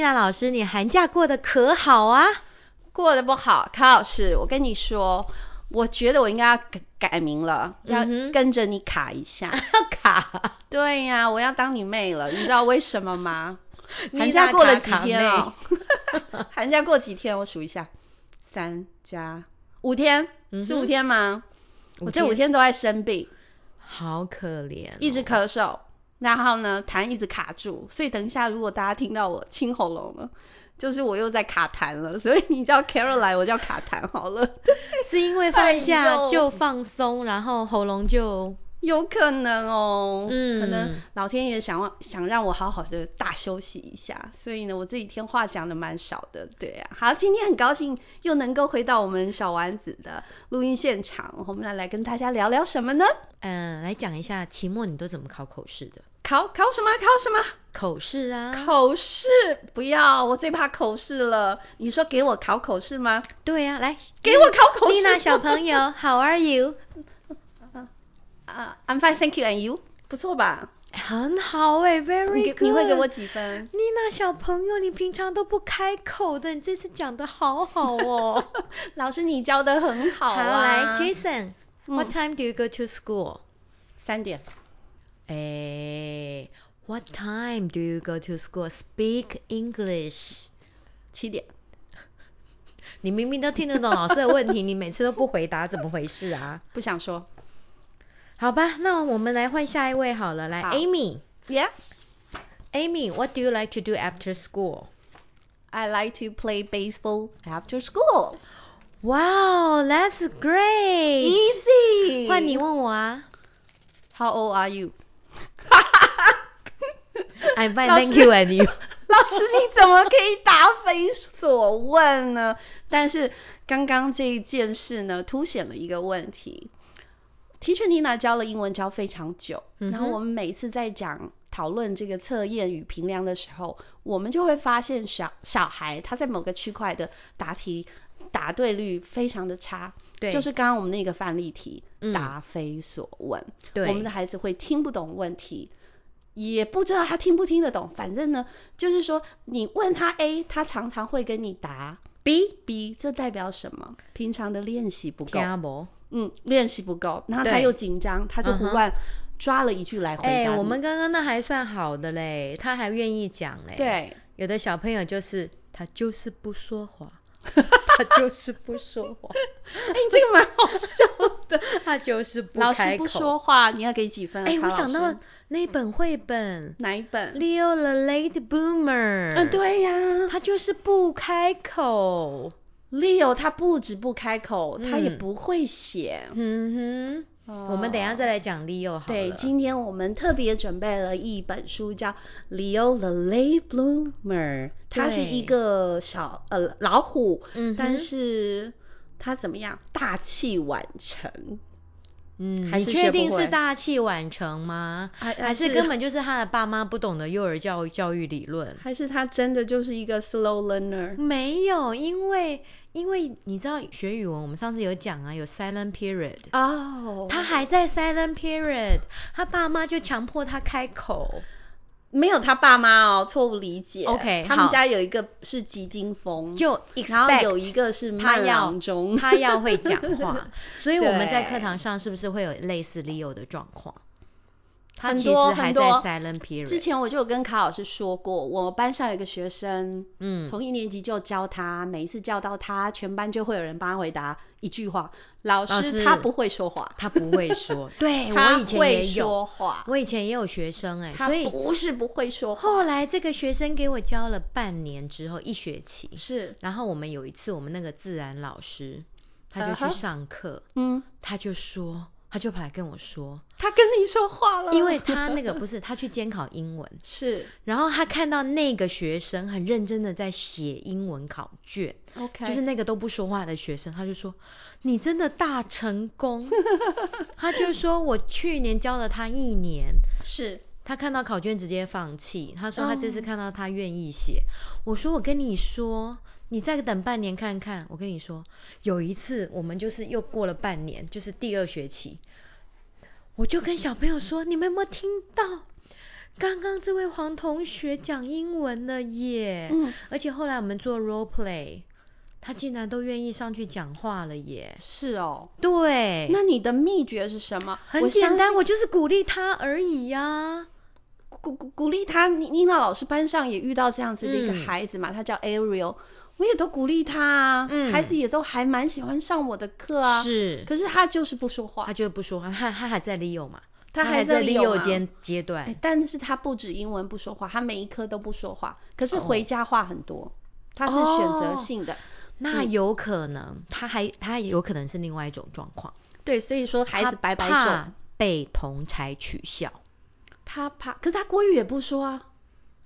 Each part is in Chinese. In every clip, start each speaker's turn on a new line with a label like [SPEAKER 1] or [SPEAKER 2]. [SPEAKER 1] 然老师，你寒假过得可好啊？
[SPEAKER 2] 过得不好，卡老师，我跟你说，我觉得我应该要改改名了，要
[SPEAKER 1] 嗯哼
[SPEAKER 2] 跟着你卡一 下。
[SPEAKER 1] 卡，
[SPEAKER 2] 对呀、我要当你妹了，你知道为什么 吗？
[SPEAKER 1] 妮
[SPEAKER 2] 寒假
[SPEAKER 1] 娜
[SPEAKER 2] 过了
[SPEAKER 1] 卡
[SPEAKER 2] 几
[SPEAKER 1] 卡
[SPEAKER 2] 天
[SPEAKER 1] 妹
[SPEAKER 2] 哦？ 寒假过几天？我数一下，三加五天，是
[SPEAKER 1] 嗯
[SPEAKER 2] 五
[SPEAKER 1] 哼
[SPEAKER 2] 天吗？
[SPEAKER 1] 五
[SPEAKER 2] 我这五天都在生病，
[SPEAKER 1] 好可怜哦、
[SPEAKER 2] 一直咳嗽，然后呢痰一直卡住，所以等一下如果大家听到我清喉咙了，就是我又在卡痰了，所以你叫 Carol 来，我叫卡痰好了。
[SPEAKER 1] 是因为
[SPEAKER 2] 哎
[SPEAKER 1] 放
[SPEAKER 2] 呦
[SPEAKER 1] 假就放松，然后喉咙就
[SPEAKER 2] 有可能哦，
[SPEAKER 1] 嗯
[SPEAKER 2] 可能老天爷想让想让我好好的大休息一下，所以呢，我这几天话讲的蛮少的，对啊。好，今天很高兴又能够回到我们小丸子的录音现场，我们来来跟大家聊聊什么呢？
[SPEAKER 1] 嗯、来讲一下期末你都怎么考口试的？
[SPEAKER 2] 考考什么？考什么？
[SPEAKER 1] 口试啊，
[SPEAKER 2] 口试？不要，我最怕口试了。你说给我考口试吗？
[SPEAKER 1] 对啊，来
[SPEAKER 2] 给我考口试。
[SPEAKER 1] 丽娜小 朋友，How are you？
[SPEAKER 2] 啊、i m fine, thank you, and you？不错吧？
[SPEAKER 1] 很好哎、v e r
[SPEAKER 2] 你给
[SPEAKER 1] y good。
[SPEAKER 2] 你会给我几分？
[SPEAKER 1] 妮娜小朋友，你平常都不开口的，你这次讲的好好哦。
[SPEAKER 2] 老师，你教的很 好
[SPEAKER 1] 好，
[SPEAKER 2] 啊。
[SPEAKER 1] 来，Jason，What
[SPEAKER 2] 嗯
[SPEAKER 1] time do you go to school？
[SPEAKER 2] 三点。
[SPEAKER 1] 诶 w h a t time do you go to school? Speak English。
[SPEAKER 2] 七点，
[SPEAKER 1] 你明明都听得懂老师的问题，你每次都不回答，怎么回事啊？
[SPEAKER 2] 不想说。
[SPEAKER 1] 好吧，那我们来换下一位好了，来
[SPEAKER 2] 好
[SPEAKER 1] Amy。
[SPEAKER 2] Yeah,
[SPEAKER 1] Amy，what do you like to do after school？
[SPEAKER 2] I like to play baseball after school.
[SPEAKER 1] Wow, that's great！
[SPEAKER 2] Easy.
[SPEAKER 1] 换你问我啊
[SPEAKER 2] How old are you?
[SPEAKER 1] ，I'm fine,
[SPEAKER 2] 老师
[SPEAKER 1] thank you and you。
[SPEAKER 2] 老师，你怎么可以答非所问呢？但是刚刚这一件事呢，凸显了一个问题。Teacher Nina 教了英文教非常久，
[SPEAKER 1] 嗯哼
[SPEAKER 2] 然后我们每次在讲讨论这个测验与评量的时候，我们就会发现小小孩他在某个区块的答题答对率非常的差，
[SPEAKER 1] 对，
[SPEAKER 2] 就是刚刚我们那个范例题，
[SPEAKER 1] 嗯
[SPEAKER 2] 答非所问。
[SPEAKER 1] 对
[SPEAKER 2] 我们的孩子会听不懂问题，也不知道他听不听得懂。反正呢，就是说你问他 A，他常常会跟你答
[SPEAKER 1] B
[SPEAKER 2] B，这代表什么？平常的练习不够，
[SPEAKER 1] 听不？
[SPEAKER 2] 嗯，练习不够，然后他
[SPEAKER 1] 对
[SPEAKER 2] 又紧张，他就胡
[SPEAKER 1] 嗯哼
[SPEAKER 2] 乱抓了一句来回答
[SPEAKER 1] 哎、
[SPEAKER 2] 你。
[SPEAKER 1] 我们刚刚那还算好的嘞，他还愿意讲嘞。，
[SPEAKER 2] 对
[SPEAKER 1] 有的小朋友就是他就是不说谎，他就是不说谎，
[SPEAKER 2] 哎，你这个蛮 好笑的。
[SPEAKER 1] 他就是不
[SPEAKER 2] 老
[SPEAKER 1] 开
[SPEAKER 2] 师不
[SPEAKER 1] 口
[SPEAKER 2] 说话，你要给几分啊？
[SPEAKER 1] 哎、
[SPEAKER 2] 卡
[SPEAKER 1] 我
[SPEAKER 2] 老
[SPEAKER 1] 想
[SPEAKER 2] 师
[SPEAKER 1] 到那本绘本
[SPEAKER 2] 哪一本？
[SPEAKER 1] Leo the 嗯 Late Bloomer，
[SPEAKER 2] 嗯，，对呀、
[SPEAKER 1] 他就是不开口。
[SPEAKER 2] Leo 哦他不止不开口，他也
[SPEAKER 1] 嗯
[SPEAKER 2] 不会写。
[SPEAKER 1] 嗯哼，我们等一下再来讲 Leo 好
[SPEAKER 2] 对，
[SPEAKER 1] 了
[SPEAKER 2] 今天我们特别准备了一本书，叫《Leo the Late Bloomer》，它是一个小呃老虎，
[SPEAKER 1] 嗯哼
[SPEAKER 2] 但是它怎么样大器晚成？
[SPEAKER 1] 嗯，
[SPEAKER 2] 还
[SPEAKER 1] 你
[SPEAKER 2] 是
[SPEAKER 1] 确
[SPEAKER 2] 学不
[SPEAKER 1] 定是
[SPEAKER 2] 会
[SPEAKER 1] 大器晚成吗？
[SPEAKER 2] 还
[SPEAKER 1] 还啊是根本就是他的爸妈不懂得幼儿教育教育理论？
[SPEAKER 2] 还是他真的就是一个 slow learner？
[SPEAKER 1] 没有，因为因为你知道学语文，我们上次有讲啊，有 silent period，、
[SPEAKER 2] 哦
[SPEAKER 1] 他还在 silent period，他爸妈就强迫他开口。
[SPEAKER 2] 没有他爸妈哦，错误理解。
[SPEAKER 1] OK，
[SPEAKER 2] 他们
[SPEAKER 1] 好
[SPEAKER 2] 家有一个是急惊风，
[SPEAKER 1] 就
[SPEAKER 2] 然
[SPEAKER 1] expect
[SPEAKER 2] 后有一个是
[SPEAKER 1] 他
[SPEAKER 2] 慢
[SPEAKER 1] 要
[SPEAKER 2] 郎中，
[SPEAKER 1] 他要会讲 话，所以我们在
[SPEAKER 2] 对
[SPEAKER 1] 课堂上是不是会有类似 Leo 的状况？他
[SPEAKER 2] 很
[SPEAKER 1] 其
[SPEAKER 2] 多
[SPEAKER 1] 实还
[SPEAKER 2] 很
[SPEAKER 1] 在
[SPEAKER 2] 多
[SPEAKER 1] silent period。
[SPEAKER 2] 之前我就有跟卡老师说过，我班上有一个学生，
[SPEAKER 1] 嗯，
[SPEAKER 2] 从一年级就教他，每一次教到他，全班就会有人帮他回答一句话。老
[SPEAKER 1] 老
[SPEAKER 2] 师
[SPEAKER 1] 师
[SPEAKER 2] 他不会说话，
[SPEAKER 1] 他不会 说，对我
[SPEAKER 2] 他
[SPEAKER 1] 以前
[SPEAKER 2] 会
[SPEAKER 1] 也有，
[SPEAKER 2] 说话，
[SPEAKER 1] 我以前也有学生哎、
[SPEAKER 2] 他
[SPEAKER 1] 所以
[SPEAKER 2] 不是不会说话，
[SPEAKER 1] 后来这个学生给我教了半年之后，一学期，
[SPEAKER 2] 是
[SPEAKER 1] 然后我们有一次我们那个自然老师他就
[SPEAKER 2] 嗯哼
[SPEAKER 1] 去上课
[SPEAKER 2] 嗯，
[SPEAKER 1] 他就说他就跑来跟我说，
[SPEAKER 2] 他跟你说话了，
[SPEAKER 1] 因为他 那个不是他去监考英文，
[SPEAKER 2] 是
[SPEAKER 1] 然后他看到那个学生很认真的在写英文考卷，
[SPEAKER 2] OK，
[SPEAKER 1] 就是那个都不说话的学生，他就说你真的大成 功。他就说我去年教了他一年，
[SPEAKER 2] 是
[SPEAKER 1] 他看到考卷直接放弃，他说
[SPEAKER 2] 哦
[SPEAKER 1] 他这次看到他愿意写。我说我跟你说，你再等半年看看。我跟你说，有一次我们就是又过了半年，就是第二学期，我就跟小朋友说，你们有没有听到？刚刚这位黄同学讲英文了耶，
[SPEAKER 2] 嗯
[SPEAKER 1] 而且后来我们做 role play，他竟然都愿意上去讲话了耶。
[SPEAKER 2] 是哦。
[SPEAKER 1] 对，
[SPEAKER 2] 那你的秘诀是什么？
[SPEAKER 1] 很
[SPEAKER 2] 我
[SPEAKER 1] 简
[SPEAKER 2] 相
[SPEAKER 1] 单，
[SPEAKER 2] 信
[SPEAKER 1] 我就是鼓励他而已呀、
[SPEAKER 2] 鼓鼓鼓励他。妮妮娜老师班上也遇到这样子的一个
[SPEAKER 1] 嗯
[SPEAKER 2] 孩子嘛，他叫 Ariel，我也都鼓励他啊，
[SPEAKER 1] 嗯
[SPEAKER 2] 孩子也都还蛮喜欢上我的课啊。，
[SPEAKER 1] 是，
[SPEAKER 2] 可是他就是不说话
[SPEAKER 1] 他，就不说话，他他还在 Leo 嘛，
[SPEAKER 2] 他
[SPEAKER 1] 还
[SPEAKER 2] 在
[SPEAKER 1] Leo
[SPEAKER 2] 嘛
[SPEAKER 1] 阶阶段，
[SPEAKER 2] 哎但是他不止英文不说话，他每一科都不说话，可
[SPEAKER 1] 哦
[SPEAKER 2] 是回家话很多，他是选择性的。
[SPEAKER 1] 那
[SPEAKER 2] 嗯
[SPEAKER 1] 有可能，他还他有可能是另外一种状况，
[SPEAKER 2] 对，所以说孩
[SPEAKER 1] 他
[SPEAKER 2] 子白白
[SPEAKER 1] 怕
[SPEAKER 2] 种，
[SPEAKER 1] 被同才取笑，
[SPEAKER 2] 他怕，可是他国语也不说啊。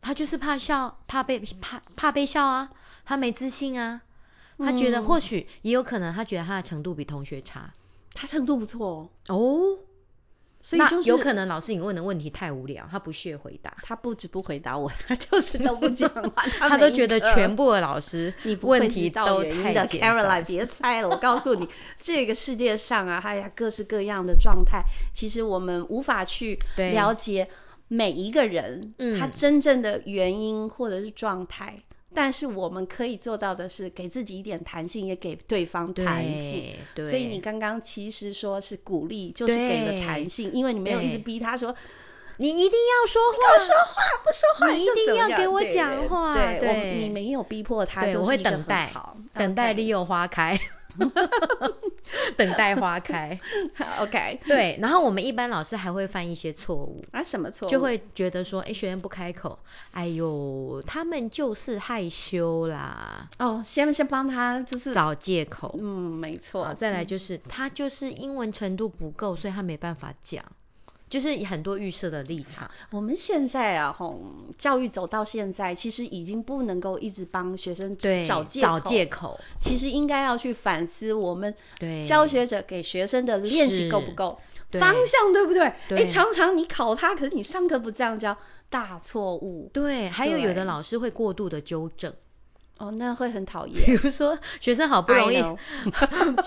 [SPEAKER 1] 他就是怕笑，怕被怕怕被笑啊，他没自信啊，他觉得
[SPEAKER 2] 嗯
[SPEAKER 1] 或许也有可能，他觉得他的程度比同学差
[SPEAKER 2] 他程度不错哦，
[SPEAKER 1] 哦，
[SPEAKER 2] 所以
[SPEAKER 1] 那
[SPEAKER 2] 就是
[SPEAKER 1] 有可能老师你问的问题太无聊，他不屑回答，
[SPEAKER 2] 他不止不回答我，他就是都不讲 话，
[SPEAKER 1] 他都觉得
[SPEAKER 2] 全。
[SPEAKER 1] 全部的老师
[SPEAKER 2] 啊呃你不
[SPEAKER 1] 问
[SPEAKER 2] 会
[SPEAKER 1] 题
[SPEAKER 2] 知道
[SPEAKER 1] 都
[SPEAKER 2] 原因
[SPEAKER 1] 太
[SPEAKER 2] 的
[SPEAKER 1] 简单
[SPEAKER 2] Caroline，别猜了，我告诉你，这个世界上啊，哎呀，各式各样的状态，其实我们无法去
[SPEAKER 1] 对
[SPEAKER 2] 了解每一个人
[SPEAKER 1] 嗯
[SPEAKER 2] 他真正的原因或者是状态。但是我们可以做到的是，给自己一点弹性，也给对方弹性。
[SPEAKER 1] 对对，
[SPEAKER 2] 所以你刚刚其实说是鼓励，就是给
[SPEAKER 1] 对
[SPEAKER 2] 了弹性，因为你没有一直
[SPEAKER 1] 对
[SPEAKER 2] 逼他说
[SPEAKER 1] 你一定要说
[SPEAKER 2] 不
[SPEAKER 1] 话，
[SPEAKER 2] 说话，不说话，
[SPEAKER 1] 你一
[SPEAKER 2] 就
[SPEAKER 1] 定
[SPEAKER 2] 怎么
[SPEAKER 1] 要
[SPEAKER 2] 样
[SPEAKER 1] 给我
[SPEAKER 2] 对
[SPEAKER 1] 讲
[SPEAKER 2] 对
[SPEAKER 1] 话
[SPEAKER 2] 对，我
[SPEAKER 1] 对
[SPEAKER 2] 你没有逼迫他，
[SPEAKER 1] 对
[SPEAKER 2] 就
[SPEAKER 1] 我
[SPEAKER 2] 是
[SPEAKER 1] 会
[SPEAKER 2] 一个
[SPEAKER 1] 等
[SPEAKER 2] 很
[SPEAKER 1] 待
[SPEAKER 2] 好嗯
[SPEAKER 1] 等待
[SPEAKER 2] OK
[SPEAKER 1] 利诱花开，等待花开。
[SPEAKER 2] 好 OK，
[SPEAKER 1] 对，然后我们一般老师还会犯一些错误，
[SPEAKER 2] 啊，什么错误？
[SPEAKER 1] 就会觉得说，哎，学员不开口，哎呦，他们就是害羞啦，
[SPEAKER 2] 哦，先先帮他，就是
[SPEAKER 1] 找借口。
[SPEAKER 2] 嗯，没
[SPEAKER 1] 啊
[SPEAKER 2] 错，
[SPEAKER 1] 再来就是他就是英文程度不够，所以他没办法讲，就是很多预设的立场。
[SPEAKER 2] 我们现在啊，吼，教育走到现在，其实已经不能够一直帮学生
[SPEAKER 1] 对，
[SPEAKER 2] 找借
[SPEAKER 1] 找
[SPEAKER 2] 口
[SPEAKER 1] 借口。
[SPEAKER 2] 其实应该要去反思我们
[SPEAKER 1] 对，
[SPEAKER 2] 教学者给学生的练习够不够，
[SPEAKER 1] 对
[SPEAKER 2] 方向对不对？
[SPEAKER 1] 对
[SPEAKER 2] 哎，常常你考他，可是你上课不这样教，大错误
[SPEAKER 1] 对，还有有的
[SPEAKER 2] 对
[SPEAKER 1] 老师会过度的纠正。
[SPEAKER 2] 哦，那会很讨
[SPEAKER 1] 比
[SPEAKER 2] 厌。
[SPEAKER 1] 如说，学生好不容
[SPEAKER 2] I
[SPEAKER 1] 易
[SPEAKER 2] know，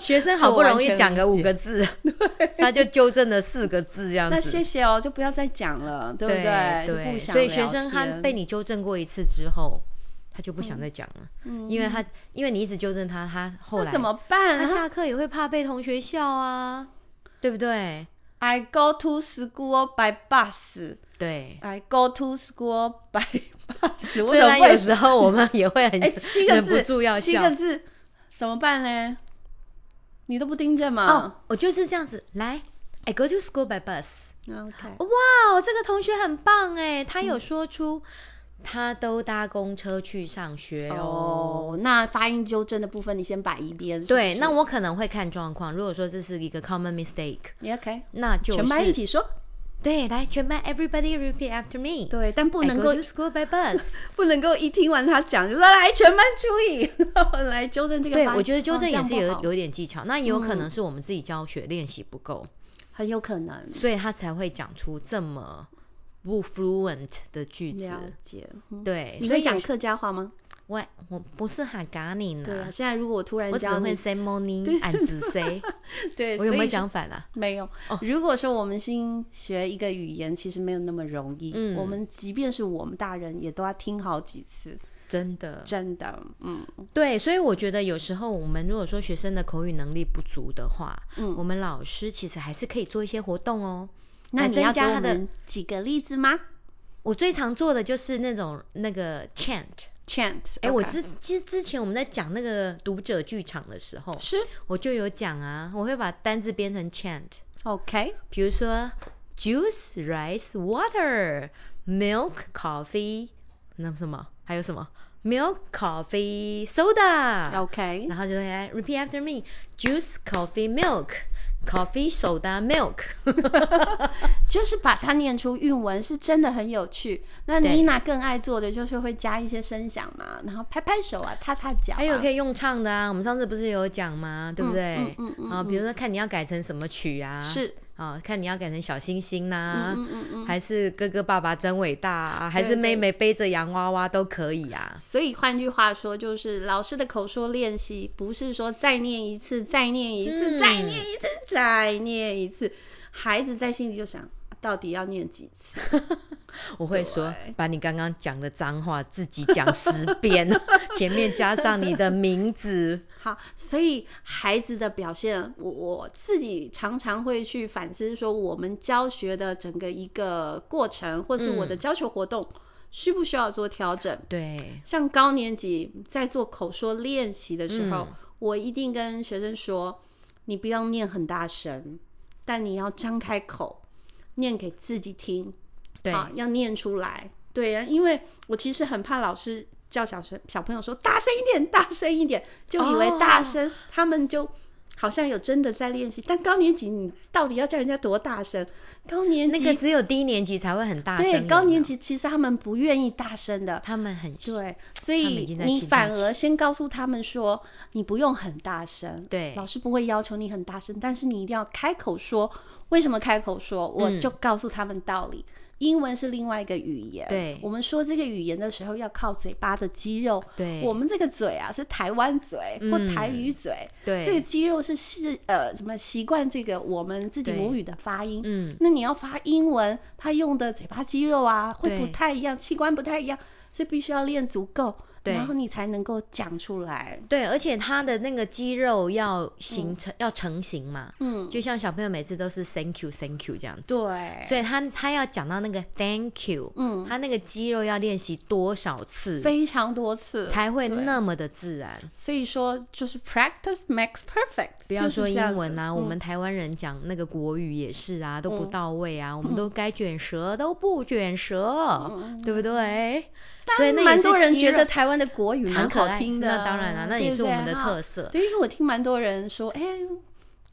[SPEAKER 1] 学生
[SPEAKER 2] 这
[SPEAKER 1] 好
[SPEAKER 2] 我
[SPEAKER 1] 不
[SPEAKER 2] 完
[SPEAKER 1] 容易
[SPEAKER 2] 全
[SPEAKER 1] 讲
[SPEAKER 2] 理
[SPEAKER 1] 个五
[SPEAKER 2] 解
[SPEAKER 1] 个字， 他就纠正了四个字这样子。
[SPEAKER 2] 那谢谢哦，就不要再讲了，对不
[SPEAKER 1] 对？
[SPEAKER 2] 就不想
[SPEAKER 1] 所以学
[SPEAKER 2] 聊
[SPEAKER 1] 生他
[SPEAKER 2] 天
[SPEAKER 1] 被你纠正过一次之后，他就不想再讲了，因为他因为你一直纠正他，他
[SPEAKER 2] 嗯
[SPEAKER 1] 后
[SPEAKER 2] 那
[SPEAKER 1] 来
[SPEAKER 2] 怎么办
[SPEAKER 1] 他
[SPEAKER 2] 啊？
[SPEAKER 1] 下课也会怕被同学笑啊，对不对？
[SPEAKER 2] I go to school by bus.
[SPEAKER 1] 对。
[SPEAKER 2] I go to school by bus. 我怎
[SPEAKER 1] 虽
[SPEAKER 2] 么
[SPEAKER 1] 然有
[SPEAKER 2] 会
[SPEAKER 1] 时候我们也会很
[SPEAKER 2] 哎七个
[SPEAKER 1] 忍不
[SPEAKER 2] 字
[SPEAKER 1] 住要
[SPEAKER 2] 七
[SPEAKER 1] 笑
[SPEAKER 2] 个字怎么办呢？你都不盯着
[SPEAKER 1] 哦
[SPEAKER 2] 嘛。，
[SPEAKER 1] 我就是这样子。来，I go to school by bus。
[SPEAKER 2] OK，
[SPEAKER 1] 哦哇，这个同学很棒哎，他
[SPEAKER 2] 嗯
[SPEAKER 1] 有说出他都搭公车去上学哦。
[SPEAKER 2] 哦，那发音纠正的部分你先摆一边。是不
[SPEAKER 1] 对，
[SPEAKER 2] 是
[SPEAKER 1] 那我可能会看状况，如果说这是一个 common mistake，
[SPEAKER 2] 也 OK，
[SPEAKER 1] 那就是
[SPEAKER 2] 全班一起说。
[SPEAKER 1] 对，来全班 everybody repeat after me。
[SPEAKER 2] 对，哎但不
[SPEAKER 1] I
[SPEAKER 2] 能
[SPEAKER 1] go
[SPEAKER 2] 够
[SPEAKER 1] to school by bus。
[SPEAKER 2] 不能够一听完他讲就说来全班注意， 来纠正这个发
[SPEAKER 1] 对，
[SPEAKER 2] 音。
[SPEAKER 1] 我觉得纠
[SPEAKER 2] 哦
[SPEAKER 1] 正也是
[SPEAKER 2] 这样不
[SPEAKER 1] 有
[SPEAKER 2] 好
[SPEAKER 1] 有一点技巧，那也有可能
[SPEAKER 2] 嗯
[SPEAKER 1] 是我们自己教学练习不够，
[SPEAKER 2] 很有可能。
[SPEAKER 1] 所以他才会讲出这么不 fluent 的句子。
[SPEAKER 2] 了解，嗯
[SPEAKER 1] 对，
[SPEAKER 2] 你
[SPEAKER 1] 所
[SPEAKER 2] 会
[SPEAKER 1] 以
[SPEAKER 2] 讲
[SPEAKER 1] 有时
[SPEAKER 2] 客家话吗？
[SPEAKER 1] 我我不是哈嘎你呢，
[SPEAKER 2] 对啊，现在如果我突然
[SPEAKER 1] 我只
[SPEAKER 2] 教你
[SPEAKER 1] 会 say morning
[SPEAKER 2] 对
[SPEAKER 1] and 只 say，
[SPEAKER 2] 对，
[SPEAKER 1] 我有没
[SPEAKER 2] 所
[SPEAKER 1] 有
[SPEAKER 2] 以
[SPEAKER 1] 讲反啊？
[SPEAKER 2] 没有。如果说我们新学一个语言，其实没有那么容易。
[SPEAKER 1] 嗯
[SPEAKER 2] 我们即便是我们大人，也都要听好几次，
[SPEAKER 1] 真的，
[SPEAKER 2] 真的。嗯，
[SPEAKER 1] 对，所以我觉得有时候我们如果说学生的口语能力不足的话，
[SPEAKER 2] 嗯
[SPEAKER 1] 我们老师其实还是可以做一些活动哦。
[SPEAKER 2] 那
[SPEAKER 1] 来
[SPEAKER 2] 你
[SPEAKER 1] 增
[SPEAKER 2] 要给
[SPEAKER 1] 加
[SPEAKER 2] 我
[SPEAKER 1] 他的
[SPEAKER 2] 们几个例子吗
[SPEAKER 1] 我最常做的就是那种那个 chant，
[SPEAKER 2] ？Chant，
[SPEAKER 1] 哎、我
[SPEAKER 2] OK
[SPEAKER 1] 之之之前我们在讲那个读者剧场的时候，
[SPEAKER 2] 是
[SPEAKER 1] 我就有讲啊，我会把单字编成 chant，
[SPEAKER 2] OK，
[SPEAKER 1] 比如说 juice, rice, water, milk, coffee，那什么还有什么 milk, coffee, soda。
[SPEAKER 2] OK
[SPEAKER 1] 然后就会来 repeat after me: juice, coffee, milk, coffee, soda, milk
[SPEAKER 2] 就是把它念出韵文，是真的很有趣。那
[SPEAKER 1] 对
[SPEAKER 2] 妮娜更爱做的就是会加一些声响嘛，然后拍拍手啊，踏踏脚、啊。
[SPEAKER 1] 还有可以用唱的啊，我们上次不是有讲吗？对
[SPEAKER 2] 嗯
[SPEAKER 1] 不对？
[SPEAKER 2] 嗯嗯嗯
[SPEAKER 1] 啊，比如说看你要改成什么曲啊？
[SPEAKER 2] 是
[SPEAKER 1] 啊，看你要改成小星星呐、
[SPEAKER 2] 嗯嗯嗯嗯
[SPEAKER 1] 还是哥哥爸爸真伟大啊，还是
[SPEAKER 2] 对
[SPEAKER 1] 妹
[SPEAKER 2] 对
[SPEAKER 1] 妹背着洋娃娃都可以啊。
[SPEAKER 2] 所以换句话说，就是老师的口说练习，不是说再念一次、再念一次、
[SPEAKER 1] 嗯
[SPEAKER 2] 再念一次、再念一次，孩子在心里就想。啊到底要念几次？
[SPEAKER 1] 我会说
[SPEAKER 2] 对
[SPEAKER 1] 把你刚刚讲的脏话自己讲十 遍，前面加上你的名字。
[SPEAKER 2] 好，所以孩子的表现，我我自己常常会去反思，说我们教学的整个一个过程，或是我的
[SPEAKER 1] 嗯
[SPEAKER 2] 教学活动，需不需要做调整？
[SPEAKER 1] 对，
[SPEAKER 2] 像高年级在做口说练习的时候，
[SPEAKER 1] 嗯
[SPEAKER 2] 我一定跟学生说，你不要念很大声，但你要张开口念给自己听，
[SPEAKER 1] 对
[SPEAKER 2] 啊，要念出来。对呀、因为我其实很怕老师叫小生小朋友说大声一点，大声一点，就以为大声，
[SPEAKER 1] 哦
[SPEAKER 2] 他们就好像有真的在练习。但高年级你到底要叫人家多大声？高年级
[SPEAKER 1] 那个只有低年级才会很大声。有
[SPEAKER 2] 对
[SPEAKER 1] 没
[SPEAKER 2] 高
[SPEAKER 1] 有
[SPEAKER 2] 年级其实他们不愿意大声的，
[SPEAKER 1] 他们很
[SPEAKER 2] 对，所
[SPEAKER 1] 他们已
[SPEAKER 2] 以
[SPEAKER 1] 经在
[SPEAKER 2] 你
[SPEAKER 1] 期待
[SPEAKER 2] 反
[SPEAKER 1] 期
[SPEAKER 2] 而先告诉他们说，你不用很大声，
[SPEAKER 1] 对
[SPEAKER 2] 老师不会要求你很大声，但是你一定要开口说。为什么开口说？我
[SPEAKER 1] 嗯
[SPEAKER 2] 就告诉他们道理。英文是另外一个语言，
[SPEAKER 1] 对
[SPEAKER 2] 我们说这个语言的时候要靠嘴巴的肌肉。
[SPEAKER 1] 对
[SPEAKER 2] 我们这个嘴啊是台湾嘴或台
[SPEAKER 1] 嗯
[SPEAKER 2] 语嘴，
[SPEAKER 1] 对
[SPEAKER 2] 这个肌肉是是呃什么习惯这个我们自己
[SPEAKER 1] 对
[SPEAKER 2] 母语的发音，
[SPEAKER 1] 嗯
[SPEAKER 2] 那你要发英文，他用的嘴巴肌肉啊，会不
[SPEAKER 1] 对
[SPEAKER 2] 太一样，器官不太一样，所以必须要练足够，
[SPEAKER 1] 对
[SPEAKER 2] 然后你才能够讲出来。
[SPEAKER 1] 对，而且他的那个肌肉要形成、要成型嘛，
[SPEAKER 2] 嗯，
[SPEAKER 1] 就像小朋友每次都是 thank you thank you 这样子，
[SPEAKER 2] 对，
[SPEAKER 1] 所以他他要讲到那个 thank you，、
[SPEAKER 2] 嗯，
[SPEAKER 1] 他那个肌肉要练习多少次
[SPEAKER 2] 非常多次
[SPEAKER 1] 才会
[SPEAKER 2] 对
[SPEAKER 1] 那么的自然。
[SPEAKER 2] 所以说就是 practice makes perfect，
[SPEAKER 1] 不要
[SPEAKER 2] 就是
[SPEAKER 1] 说
[SPEAKER 2] 这样
[SPEAKER 1] 英文
[SPEAKER 2] 子
[SPEAKER 1] 啊，
[SPEAKER 2] 嗯
[SPEAKER 1] 我们台湾人讲那个国语也是啊，都不
[SPEAKER 2] 嗯
[SPEAKER 1] 到位啊，我们都该卷舌都不卷舌，
[SPEAKER 2] 嗯
[SPEAKER 1] 对不对？
[SPEAKER 2] 当
[SPEAKER 1] 所以
[SPEAKER 2] 然
[SPEAKER 1] 那也
[SPEAKER 2] 蛮
[SPEAKER 1] 是
[SPEAKER 2] 多人
[SPEAKER 1] 肌
[SPEAKER 2] 觉
[SPEAKER 1] 肉
[SPEAKER 2] 得台湾的国语蛮
[SPEAKER 1] 很可
[SPEAKER 2] 好
[SPEAKER 1] 爱
[SPEAKER 2] 听的啊，
[SPEAKER 1] 那当然啦那也
[SPEAKER 2] 对不
[SPEAKER 1] 是我
[SPEAKER 2] 对
[SPEAKER 1] 们的
[SPEAKER 2] 哈
[SPEAKER 1] 特色
[SPEAKER 2] 对，因为我听蛮多人说，哎，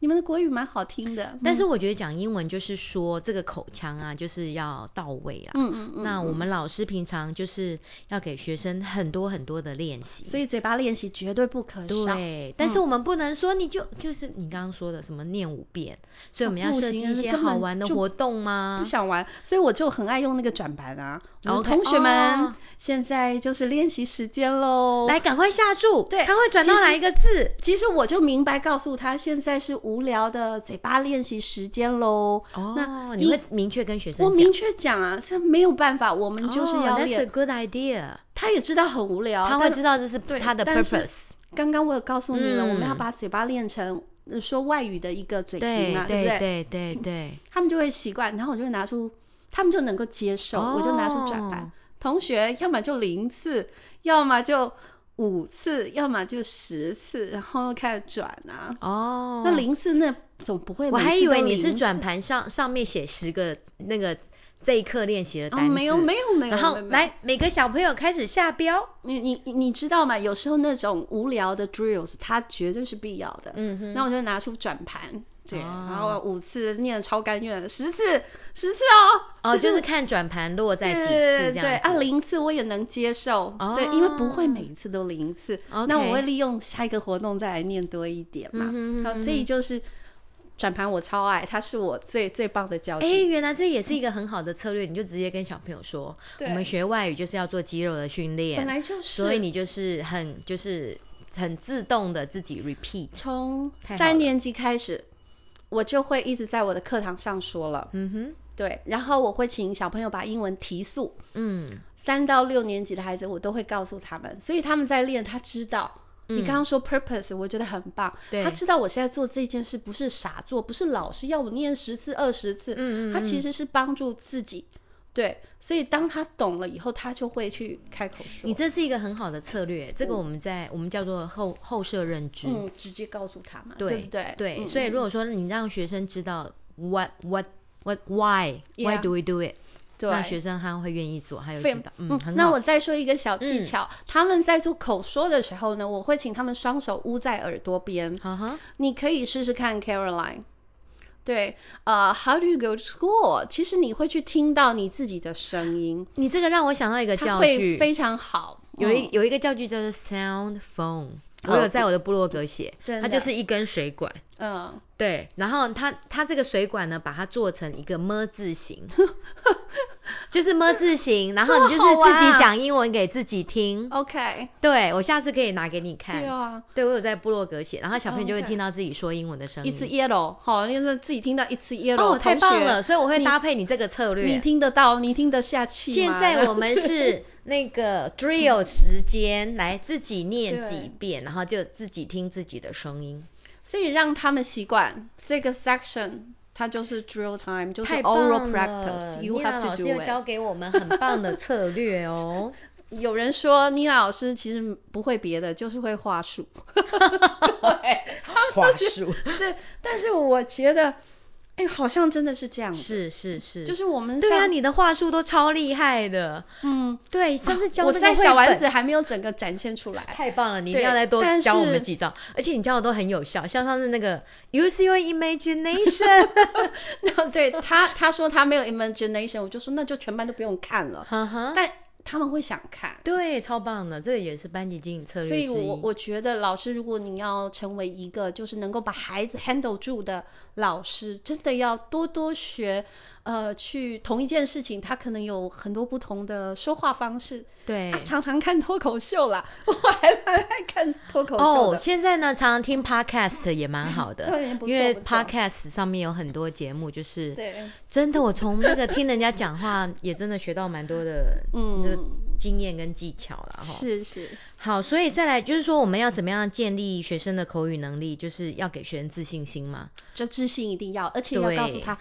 [SPEAKER 2] 你们的国语蛮好听的，
[SPEAKER 1] 但是
[SPEAKER 2] 嗯
[SPEAKER 1] 我觉得讲英文就是说这个口腔啊，就是要到位啦。
[SPEAKER 2] 嗯嗯嗯，
[SPEAKER 1] 那我
[SPEAKER 2] 嗯
[SPEAKER 1] 们老师平常就是要给学生很多很多的练习，
[SPEAKER 2] 所
[SPEAKER 1] 以
[SPEAKER 2] 以嘴巴练习绝对不可少。嗯
[SPEAKER 1] 对，但是我们不能说你就就是你刚刚说的什么念五遍，所以
[SPEAKER 2] 哦
[SPEAKER 1] 我们要
[SPEAKER 2] 不
[SPEAKER 1] 设计
[SPEAKER 2] 行啊
[SPEAKER 1] 一些
[SPEAKER 2] 根本
[SPEAKER 1] 好玩的
[SPEAKER 2] 就
[SPEAKER 1] 活动吗
[SPEAKER 2] 不？想玩，所以我就很爱用那个转盘啊。我们
[SPEAKER 1] 啊 OK，
[SPEAKER 2] 同学们、
[SPEAKER 1] 哦
[SPEAKER 2] 现在就是练习时间喽。
[SPEAKER 1] 来，，赶快下注，
[SPEAKER 2] 对
[SPEAKER 1] 他会转到
[SPEAKER 2] 其实
[SPEAKER 1] 哪一个字？
[SPEAKER 2] 其实我就明白告诉他，现在是无聊的嘴巴练习时间喽。
[SPEAKER 1] 哦
[SPEAKER 2] 那，
[SPEAKER 1] 你
[SPEAKER 2] 一
[SPEAKER 1] 会明确跟学生
[SPEAKER 2] 我
[SPEAKER 1] 讲，
[SPEAKER 2] 明确讲啊，这没有办法，我们就是要
[SPEAKER 1] 哦、That's a
[SPEAKER 2] 练。
[SPEAKER 1] good idea，
[SPEAKER 2] 他也知道很无聊，
[SPEAKER 1] 他会
[SPEAKER 2] 但
[SPEAKER 1] 知道这是
[SPEAKER 2] 对
[SPEAKER 1] 他的
[SPEAKER 2] 但是
[SPEAKER 1] purpose。
[SPEAKER 2] 刚刚我有告诉你了，我们要
[SPEAKER 1] 嗯
[SPEAKER 2] 把嘴巴练成呃说外语的一个嘴型
[SPEAKER 1] 对
[SPEAKER 2] 嘛，不
[SPEAKER 1] 对
[SPEAKER 2] 啊对？嗯
[SPEAKER 1] 对对对，
[SPEAKER 2] 他们就会习惯，然后我就会拿出，他们就能够接受，我就拿出转盘
[SPEAKER 1] 哦。
[SPEAKER 2] 同学要么就零次，要么就五次，要么就十次，然后开始转啊。
[SPEAKER 1] 哦，
[SPEAKER 2] 那零次那总不会
[SPEAKER 1] 我
[SPEAKER 2] 每
[SPEAKER 1] 还
[SPEAKER 2] 次
[SPEAKER 1] 以
[SPEAKER 2] 都
[SPEAKER 1] 为你是
[SPEAKER 2] 零
[SPEAKER 1] 转盘上上面写十个那个这一课练习的
[SPEAKER 2] 哦，
[SPEAKER 1] 单词，
[SPEAKER 2] 没有没有没有，
[SPEAKER 1] 然后
[SPEAKER 2] 没有，
[SPEAKER 1] 来每个小朋友开始下标，
[SPEAKER 2] 没有你你你知道吗？有时候那种无聊的 drills，它绝对是必要的。
[SPEAKER 1] 嗯哼
[SPEAKER 2] 那我就拿出转盘，对，
[SPEAKER 1] 哦
[SPEAKER 2] 然后五次念得超甘愿，十次十次哦，
[SPEAKER 1] 哦，就是看转盘落在几次
[SPEAKER 2] 对
[SPEAKER 1] 这
[SPEAKER 2] 对
[SPEAKER 1] 样子，
[SPEAKER 2] 对，啊，零次我也能接受，
[SPEAKER 1] 哦
[SPEAKER 2] 对，因为不会每一次都零次，
[SPEAKER 1] OK
[SPEAKER 2] 那我会利用下一个活动再来念多一点嘛，
[SPEAKER 1] 嗯哼嗯哼
[SPEAKER 2] 好，所以就是转盘我超爱，它是我最最棒的教
[SPEAKER 1] 哎、
[SPEAKER 2] 具，
[SPEAKER 1] 原来这也是一个很好的策略，你就直接跟小朋友说，我
[SPEAKER 2] 对
[SPEAKER 1] 们学外语就是要做肌肉的训练，
[SPEAKER 2] 本来就是，
[SPEAKER 1] 所以你就是很就是很自动的自己 repeat。
[SPEAKER 2] 从
[SPEAKER 1] 太好
[SPEAKER 2] 三
[SPEAKER 1] 了
[SPEAKER 2] 年级开始，我就会一直在我的课堂上说了，
[SPEAKER 1] 嗯哼，
[SPEAKER 2] 对，然后我会请小朋友把英文提速，
[SPEAKER 1] 嗯，
[SPEAKER 2] 三到六年级的孩子，我都会告诉他们，所以他们在练，他知道。你
[SPEAKER 1] 嗯
[SPEAKER 2] 刚刚说 purpose，我觉得很棒。
[SPEAKER 1] 对
[SPEAKER 2] 他知道我现在做这件事不是傻做，不是老师要我念十次、二十次，
[SPEAKER 1] 嗯嗯
[SPEAKER 2] 他其
[SPEAKER 1] 嗯
[SPEAKER 2] 实是帮助自己。对，所以当他懂了以后，他就会去开口说。
[SPEAKER 1] 你这是一个很好的策略，这个我们在我们叫做后后设认知。
[SPEAKER 2] 嗯，直接告诉他嘛，
[SPEAKER 1] 对
[SPEAKER 2] 不对？嗯
[SPEAKER 1] 所以如果说你让学生知道 what what what why why
[SPEAKER 2] Yeah
[SPEAKER 1] do we do it，
[SPEAKER 2] 对
[SPEAKER 1] 那学生他会愿意做，还有
[SPEAKER 2] 非
[SPEAKER 1] 知道，
[SPEAKER 2] 嗯
[SPEAKER 1] 嗯，很，
[SPEAKER 2] 那
[SPEAKER 1] 好
[SPEAKER 2] 我再说一个小技
[SPEAKER 1] 嗯
[SPEAKER 2] 巧，他们在做口说的时候呢，我会请他们双手捂在耳朵边，
[SPEAKER 1] 哈哈，
[SPEAKER 2] 你可以试试看 Caroline。对，呃，How do you go to school？其实你会去听到你自己的声音，
[SPEAKER 1] 你这个让我想到一个
[SPEAKER 2] 它
[SPEAKER 1] 教
[SPEAKER 2] 会
[SPEAKER 1] 具，
[SPEAKER 2] 非常好。
[SPEAKER 1] 有一
[SPEAKER 2] 嗯
[SPEAKER 1] 有一个教具叫做 sound phone，
[SPEAKER 2] 哦
[SPEAKER 1] 我有在我的部落格写，
[SPEAKER 2] 真
[SPEAKER 1] 它
[SPEAKER 2] 的
[SPEAKER 1] 就是一根 水管。
[SPEAKER 2] 嗯，
[SPEAKER 1] 对，然后它它这个水管呢，把它做成一个么字形，就是么字形，然后你就是
[SPEAKER 2] 好玩
[SPEAKER 1] 自
[SPEAKER 2] 啊
[SPEAKER 1] 己讲英文给自己听。
[SPEAKER 2] 嗯 OK，
[SPEAKER 1] 对，我下次可以拿给你看。
[SPEAKER 2] 对啊，哦
[SPEAKER 1] 对我有在部落格写，然后小朋友就会
[SPEAKER 2] OK
[SPEAKER 1] 听到自己说英文的声音。
[SPEAKER 2] 一次 yellow，好，因为自己听到一次 yellow，
[SPEAKER 1] 哦，太
[SPEAKER 2] 同学
[SPEAKER 1] 棒了！所以我会
[SPEAKER 2] 你
[SPEAKER 1] 搭配你这个策略。
[SPEAKER 2] 你听得到，你听得下去
[SPEAKER 1] 现
[SPEAKER 2] 吗
[SPEAKER 1] 在我们 是那个 drill 时间，来自己念
[SPEAKER 2] 对
[SPEAKER 1] 几遍，然后就自己听自己的声音。
[SPEAKER 2] 所以让他们习惯这个 section，它就是 drill time，就是
[SPEAKER 1] 太棒
[SPEAKER 2] oral
[SPEAKER 1] 了！
[SPEAKER 2] practice，you
[SPEAKER 1] 妮娜
[SPEAKER 2] have to
[SPEAKER 1] 老师
[SPEAKER 2] do
[SPEAKER 1] 又教
[SPEAKER 2] it。
[SPEAKER 1] 给我们很棒的策略哦。
[SPEAKER 2] 有人说妮娜老师其实不会别的，就是会话术。
[SPEAKER 1] 话术
[SPEAKER 2] 对，但是我觉得，哎，好像真的是这样子，
[SPEAKER 1] 是是是，
[SPEAKER 2] 就是我们
[SPEAKER 1] 对啊，
[SPEAKER 2] 像
[SPEAKER 1] 你的话术都超厉害的。
[SPEAKER 2] 嗯，
[SPEAKER 1] 对，上次教
[SPEAKER 2] 我
[SPEAKER 1] 那
[SPEAKER 2] 在
[SPEAKER 1] 个
[SPEAKER 2] 小
[SPEAKER 1] 绘
[SPEAKER 2] 丸
[SPEAKER 1] 本
[SPEAKER 2] 子还没有整个展现出来。
[SPEAKER 1] 太棒了，你一
[SPEAKER 2] 对
[SPEAKER 1] 定要再多
[SPEAKER 2] 但
[SPEAKER 1] 教我
[SPEAKER 2] 是
[SPEAKER 1] 们几招，而且你教的都很有效，像上次那个 use your imagination，
[SPEAKER 2] 对他，他说他没有 imagination，我就说那就全班都不用看了，
[SPEAKER 1] 哈哈，
[SPEAKER 2] 但他们会想看。
[SPEAKER 1] 对，超棒的，这个也是班级经营策
[SPEAKER 2] 所
[SPEAKER 1] 略
[SPEAKER 2] 以
[SPEAKER 1] 之
[SPEAKER 2] 我，
[SPEAKER 1] 一。
[SPEAKER 2] 我觉得老师，如果你要成为一个就是能够把孩子 handle 住的老师，真的要多多学，呃，去同一件事情，他可能有很多不同的说话方式。
[SPEAKER 1] 对
[SPEAKER 2] 啊、常常看脱口秀啦， 我还蛮爱看脱口秀
[SPEAKER 1] 哦，
[SPEAKER 2] 的。
[SPEAKER 1] 现在呢，常常听 podcast 也蛮好的，
[SPEAKER 2] 对不错
[SPEAKER 1] 因为
[SPEAKER 2] 不错
[SPEAKER 1] podcast 上面有很多节目，就是
[SPEAKER 2] 对，嗯
[SPEAKER 1] 真的，我从那个听人家讲话，也真的学到蛮多的，
[SPEAKER 2] 嗯
[SPEAKER 1] 这个经验跟技巧了哈。
[SPEAKER 2] 是是，
[SPEAKER 1] 好，所以再来就是说，我们要怎么样建立学生的口语能力，就是要给学生自信心嘛。
[SPEAKER 2] 这自信一定要，而且要告诉
[SPEAKER 1] 对
[SPEAKER 2] 他，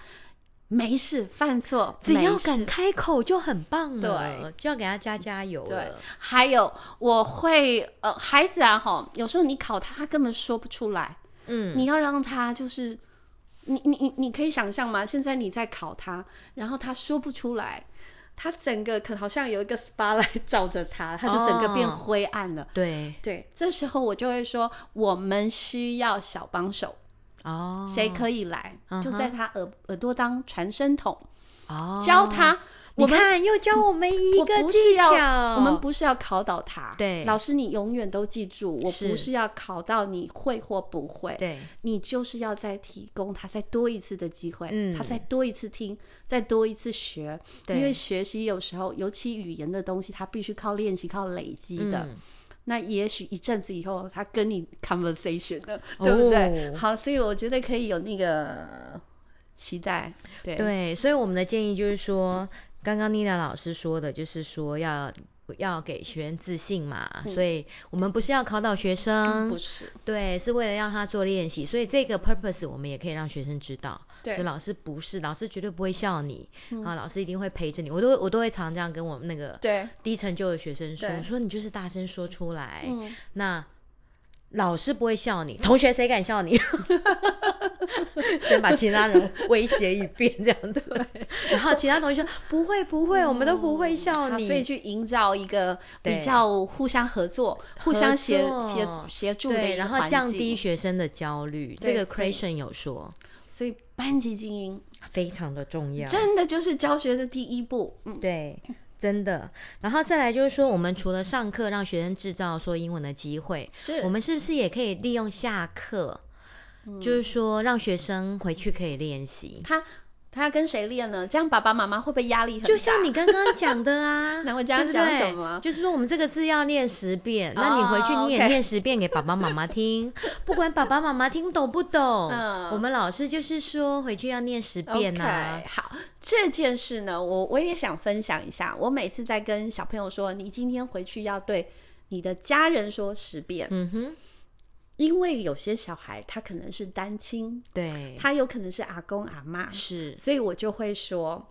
[SPEAKER 2] 没事，犯错，
[SPEAKER 1] 只要
[SPEAKER 2] 没
[SPEAKER 1] 敢
[SPEAKER 2] 事。
[SPEAKER 1] 开口就很棒了，
[SPEAKER 2] 对，
[SPEAKER 1] 就要给他加加油
[SPEAKER 2] 对
[SPEAKER 1] 了。，
[SPEAKER 2] 还有我会呃，孩子啊哈，有时候你考他，他根本说不出来，
[SPEAKER 1] 嗯，
[SPEAKER 2] 你要让他就是，你你你你可以想象吗？现在你在考他，然后他说不出来，他整个可好像有一个 SPA 来照着他，他就整个变
[SPEAKER 1] 哦
[SPEAKER 2] 灰暗了。
[SPEAKER 1] 对，
[SPEAKER 2] 对，这时候我就会说，我们需要小帮手，
[SPEAKER 1] 哦，
[SPEAKER 2] 谁可以来？
[SPEAKER 1] 嗯
[SPEAKER 2] 就
[SPEAKER 1] 哼
[SPEAKER 2] 在他耳耳朵当传声筒，
[SPEAKER 1] 哦，
[SPEAKER 2] 教他。我
[SPEAKER 1] 你
[SPEAKER 2] 们
[SPEAKER 1] 看，又教我们一
[SPEAKER 2] 我
[SPEAKER 1] 个
[SPEAKER 2] 不是
[SPEAKER 1] 技巧。
[SPEAKER 2] 要，我们不是要考倒他。
[SPEAKER 1] 对
[SPEAKER 2] 老师，你永远都记住，我不
[SPEAKER 1] 是
[SPEAKER 2] 是要考到你会或不会。
[SPEAKER 1] 对，
[SPEAKER 2] 你就是要再提供他再多一次的机会，
[SPEAKER 1] 嗯
[SPEAKER 2] 他再多一次听，再多一次学，
[SPEAKER 1] 对
[SPEAKER 2] 因为学习有时候，尤其语言的东西，它必须靠练习、靠累积的。
[SPEAKER 1] 嗯
[SPEAKER 2] 那也许一阵子以后，他跟你 conversation 了，对不对？
[SPEAKER 1] 哦
[SPEAKER 2] 好，所以我觉得可以有那个期待，对
[SPEAKER 1] 对，所以我们的建议就是说，刚刚妮娜老师说的，就是说要要给学生自信嘛，所以我们不是要考倒学
[SPEAKER 2] 嗯
[SPEAKER 1] 生，
[SPEAKER 2] 不是，
[SPEAKER 1] 对，是为了让他做练习，所以这个 purpose 我们也可以让学生知道。
[SPEAKER 2] 对嗯
[SPEAKER 1] 所以老师不是，老师绝对不会笑你，啊，老师一定会陪着你。我都会我都会常这样跟我们那个
[SPEAKER 2] 对，
[SPEAKER 1] 低成就的学生说，
[SPEAKER 2] 对
[SPEAKER 1] 我说你就是大声说出来，
[SPEAKER 2] 嗯
[SPEAKER 1] 那老师不会笑你，同学谁敢笑你？ 先把其他人威胁一遍这样子，然后其他同学说不会不会，我们都不会笑
[SPEAKER 2] 嗯好
[SPEAKER 1] 你，
[SPEAKER 2] 所以去营造一个
[SPEAKER 1] 对
[SPEAKER 2] 比较互相合作、互
[SPEAKER 1] 合
[SPEAKER 2] 相协协
[SPEAKER 1] 作
[SPEAKER 2] 协助的一
[SPEAKER 1] 对，
[SPEAKER 2] 个
[SPEAKER 1] 然后
[SPEAKER 2] 环
[SPEAKER 1] 降
[SPEAKER 2] 境
[SPEAKER 1] 低学生的焦虑，这
[SPEAKER 2] 对
[SPEAKER 1] 个
[SPEAKER 2] 所以
[SPEAKER 1] Creation 有说
[SPEAKER 2] 所以班级精英
[SPEAKER 1] 非常的重要，
[SPEAKER 2] 真的就是教学的第一步。嗯，
[SPEAKER 1] 对，真的。然后再来就是说，我们除了上课让学生制造说英文的机会，
[SPEAKER 2] 是嗯
[SPEAKER 1] 我们是不是也可以利用下课，就是说让学生回去可以练习？
[SPEAKER 2] 他他跟谁练呢？这样爸爸妈妈会不会压力很大？，
[SPEAKER 1] 就像你刚刚讲的啊
[SPEAKER 2] 那我这样
[SPEAKER 1] 对不
[SPEAKER 2] 讲
[SPEAKER 1] 对
[SPEAKER 2] 什么
[SPEAKER 1] 就是说我们这个字要念十遍，那你回去
[SPEAKER 2] 哦
[SPEAKER 1] 你也
[SPEAKER 2] ，OK
[SPEAKER 1] 念十遍给爸爸妈 妈听，不管爸爸妈妈听懂不懂，
[SPEAKER 2] 嗯
[SPEAKER 1] 我们老师就是说回去要念十遍啊
[SPEAKER 2] OK，。好，这件事呢，我我也想分享一下。我每次在跟小朋友说，你今天回去要对你的家人说十遍，
[SPEAKER 1] 嗯哼，
[SPEAKER 2] 因为有些小孩他可能是单亲，
[SPEAKER 1] 对，
[SPEAKER 2] 他有可能是阿公阿妈，
[SPEAKER 1] 是
[SPEAKER 2] 所以我就会说，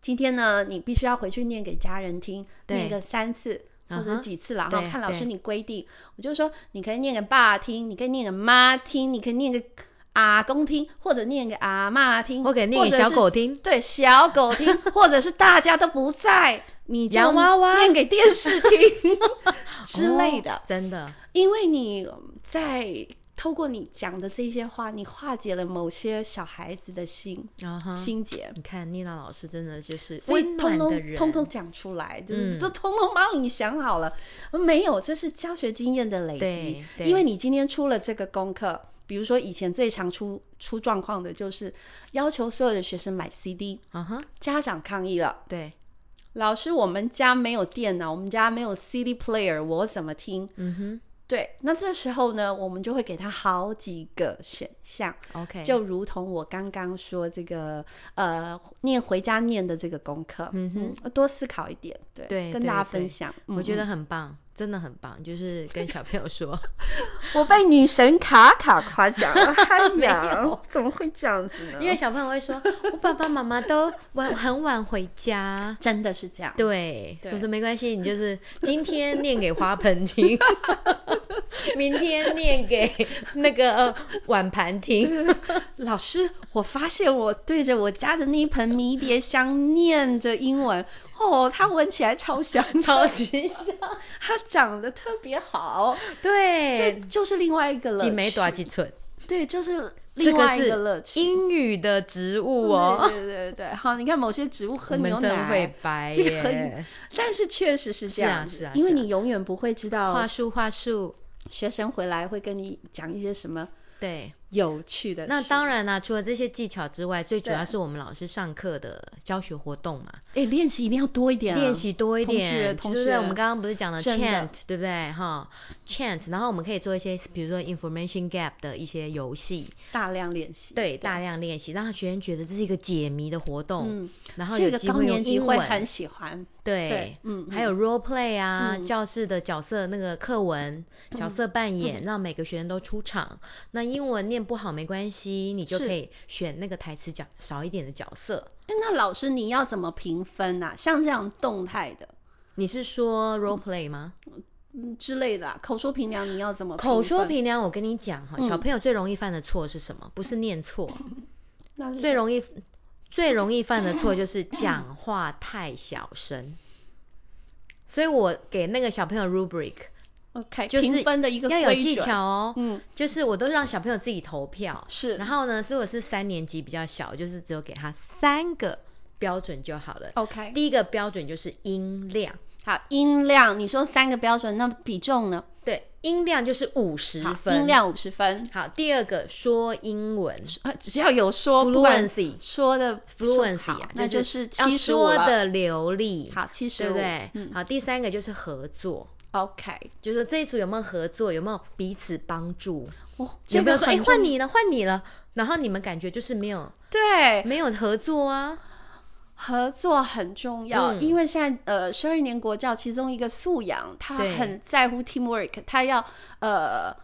[SPEAKER 2] 今天呢，你必须要回去念给家人听，
[SPEAKER 1] 对
[SPEAKER 2] 念个三次。或
[SPEAKER 1] 嗯
[SPEAKER 2] 者
[SPEAKER 1] 哼
[SPEAKER 2] 几次啦，然后
[SPEAKER 1] 对
[SPEAKER 2] 看老师
[SPEAKER 1] 对
[SPEAKER 2] 你规定，我就说你可以念给爸听，你可以念给妈听，你可以念给阿公听，或者念给阿妈听，
[SPEAKER 1] 我给念
[SPEAKER 2] 或
[SPEAKER 1] 给
[SPEAKER 2] 者
[SPEAKER 1] 小
[SPEAKER 2] 是
[SPEAKER 1] 狗听。
[SPEAKER 2] 对小狗听， 或者是大家都不在，你就
[SPEAKER 1] 洋娃娃
[SPEAKER 2] 念给电视听之类的，
[SPEAKER 1] 哦真的，
[SPEAKER 2] 因为你嗯在透过你讲的这些话，你化解了某些小孩子的心、
[SPEAKER 1] 啊哈，
[SPEAKER 2] 心结。
[SPEAKER 1] 你看妮娜老师真的就是
[SPEAKER 2] 所以
[SPEAKER 1] 温
[SPEAKER 2] 通
[SPEAKER 1] 暖的
[SPEAKER 2] 通
[SPEAKER 1] 人，
[SPEAKER 2] 通通讲出来，就是
[SPEAKER 1] 嗯
[SPEAKER 2] 这通通帮你想呃好了，没有，这是教学经验的累积
[SPEAKER 1] 对。对
[SPEAKER 2] 因为你今天出了这个功课，比如说以前最常出出状况的就是要求所有的学生买 CD，
[SPEAKER 1] 啊哈，
[SPEAKER 2] 家长抗议了，
[SPEAKER 1] 对，
[SPEAKER 2] 老师我们家没有电脑，我们家没有 CD player，我怎么听？
[SPEAKER 1] 嗯
[SPEAKER 2] 对，那这时候呢，我们就会给他好几个选项。
[SPEAKER 1] 哼，OK，
[SPEAKER 2] 就如同我刚刚说这个呃，念回家念的这个功课，
[SPEAKER 1] 嗯哼，
[SPEAKER 2] 多思考一点，对，
[SPEAKER 1] 对
[SPEAKER 2] 跟
[SPEAKER 1] 对
[SPEAKER 2] 大家
[SPEAKER 1] 对
[SPEAKER 2] 分享。
[SPEAKER 1] 我觉
[SPEAKER 2] 嗯
[SPEAKER 1] 得很棒，真的很棒，就是跟小朋友 说，
[SPEAKER 2] 我被女神卡卡夸奖 了，哎
[SPEAKER 1] 没有
[SPEAKER 2] 呀，怎么会这样子呢？
[SPEAKER 1] 因为小朋友会说，我爸爸妈妈都晚很晚回家，
[SPEAKER 2] 真的是这样，
[SPEAKER 1] 对，所以
[SPEAKER 2] 对
[SPEAKER 1] 说没关系，你就是今天念给花盆听， 明天念给那个呃碗盘听，
[SPEAKER 2] 老师，我发现我对着我家的那一盆迷迭香念着英文，哦，它闻起来超香，
[SPEAKER 1] 超级像，
[SPEAKER 2] 它长得特别好，这
[SPEAKER 1] 对，
[SPEAKER 2] 就是另外一个乐
[SPEAKER 1] 几
[SPEAKER 2] 趣。
[SPEAKER 1] 枚多少几寸，
[SPEAKER 2] 对，就是
[SPEAKER 1] 这
[SPEAKER 2] 另外一
[SPEAKER 1] 是
[SPEAKER 2] 个乐趣。
[SPEAKER 1] 英语的植物哦，
[SPEAKER 2] 对对对对， 好，你看某些植物喝
[SPEAKER 1] 我们
[SPEAKER 2] 牛
[SPEAKER 1] 真会
[SPEAKER 2] 奶，
[SPEAKER 1] 掰
[SPEAKER 2] 这个很
[SPEAKER 1] 耶，
[SPEAKER 2] 但是确实是这
[SPEAKER 1] 是啊
[SPEAKER 2] 样子，
[SPEAKER 1] 是啊
[SPEAKER 2] 因为
[SPEAKER 1] 是啊
[SPEAKER 2] 你永远不会知道
[SPEAKER 1] 话术话术，
[SPEAKER 2] 学生回来会跟你讲一些什么
[SPEAKER 1] 对。
[SPEAKER 2] 有趣的事。
[SPEAKER 1] 那当然啦、除了这些技巧之外，最主
[SPEAKER 2] 对
[SPEAKER 1] 要是我们老师上课的教学活动嘛，
[SPEAKER 2] 哎，练习一定要多一点啊，
[SPEAKER 1] 练习多一点，
[SPEAKER 2] 同学，同
[SPEAKER 1] 对
[SPEAKER 2] 学，
[SPEAKER 1] 不对？我们刚刚不是讲了
[SPEAKER 2] 真的
[SPEAKER 1] chant，对不对？哈，chant，然后我们可以做一些，比如说 information gap 的一些游戏，
[SPEAKER 2] 大量练习，
[SPEAKER 1] 对，大量练习，让学生觉得这是一个解谜的活动，
[SPEAKER 2] 嗯，
[SPEAKER 1] 然后
[SPEAKER 2] 这
[SPEAKER 1] 有
[SPEAKER 2] 个
[SPEAKER 1] 机
[SPEAKER 2] 高
[SPEAKER 1] 会用
[SPEAKER 2] 年级
[SPEAKER 1] 英
[SPEAKER 2] 会
[SPEAKER 1] 文，
[SPEAKER 2] 很喜欢，
[SPEAKER 1] 对。
[SPEAKER 2] 对嗯
[SPEAKER 1] 还有 role play 啊，
[SPEAKER 2] 嗯
[SPEAKER 1] 教室的角色那个课文、角色扮
[SPEAKER 2] 嗯
[SPEAKER 1] 演，让每个学生都出场。那英文念不好没关系，你就是可以选那个台词角少一点的角色。
[SPEAKER 2] 哎那老师你要怎么评分啊？像这样动态的，
[SPEAKER 1] 你是说 role play 吗？
[SPEAKER 2] 嗯之类的、啊，口说评量你要怎么评分？
[SPEAKER 1] 口说评量，我跟你讲哈，
[SPEAKER 2] 嗯
[SPEAKER 1] 小朋友最容易犯的错是什么？不是 念错，
[SPEAKER 2] 那是
[SPEAKER 1] 最容易最容易犯的错就是讲话太小声。所以我给那个小朋友 rubric，
[SPEAKER 2] OK，
[SPEAKER 1] 就是
[SPEAKER 2] 哦评分的一个
[SPEAKER 1] 要有
[SPEAKER 2] 规
[SPEAKER 1] 技
[SPEAKER 2] 准
[SPEAKER 1] 巧哦
[SPEAKER 2] 嗯，
[SPEAKER 1] 就是我都让小朋友自己投票。
[SPEAKER 2] 是
[SPEAKER 1] 然后呢，所以我是三年级比较小，就是只有给他三个标准就好了。
[SPEAKER 2] OK
[SPEAKER 1] 第一个标准就是音量，
[SPEAKER 2] 好，音量，你说三个标准，那比重呢？
[SPEAKER 1] 对，音量就是五十
[SPEAKER 2] 好，
[SPEAKER 1] 分。
[SPEAKER 2] 音。量五十分，
[SPEAKER 1] 好，第二个说英文。
[SPEAKER 2] 啊，只要有说不管
[SPEAKER 1] Fluency
[SPEAKER 2] 说的
[SPEAKER 1] fluency
[SPEAKER 2] 好
[SPEAKER 1] 啊，
[SPEAKER 2] 那就是是
[SPEAKER 1] 要
[SPEAKER 2] 七十五
[SPEAKER 1] 说的流利，
[SPEAKER 2] 好七
[SPEAKER 1] 对
[SPEAKER 2] 十
[SPEAKER 1] 不
[SPEAKER 2] 五，
[SPEAKER 1] 对？
[SPEAKER 2] 嗯
[SPEAKER 1] 好，第三个就是合作，
[SPEAKER 2] ，OK，
[SPEAKER 1] 就是说这一组有没有合作，有没有彼此帮助？
[SPEAKER 2] 哦，
[SPEAKER 1] 有
[SPEAKER 2] 这
[SPEAKER 1] 没有
[SPEAKER 2] 个
[SPEAKER 1] 说
[SPEAKER 2] 很
[SPEAKER 1] 哎换
[SPEAKER 2] 重
[SPEAKER 1] 你了，换你了，然后你们感觉就是没有
[SPEAKER 2] 对，
[SPEAKER 1] 没有合作啊？
[SPEAKER 2] 合作很重要，
[SPEAKER 1] 嗯
[SPEAKER 2] 因为现在呃十二年国教其中一个素养，他
[SPEAKER 1] 对
[SPEAKER 2] 很在乎 teamwork，他要呃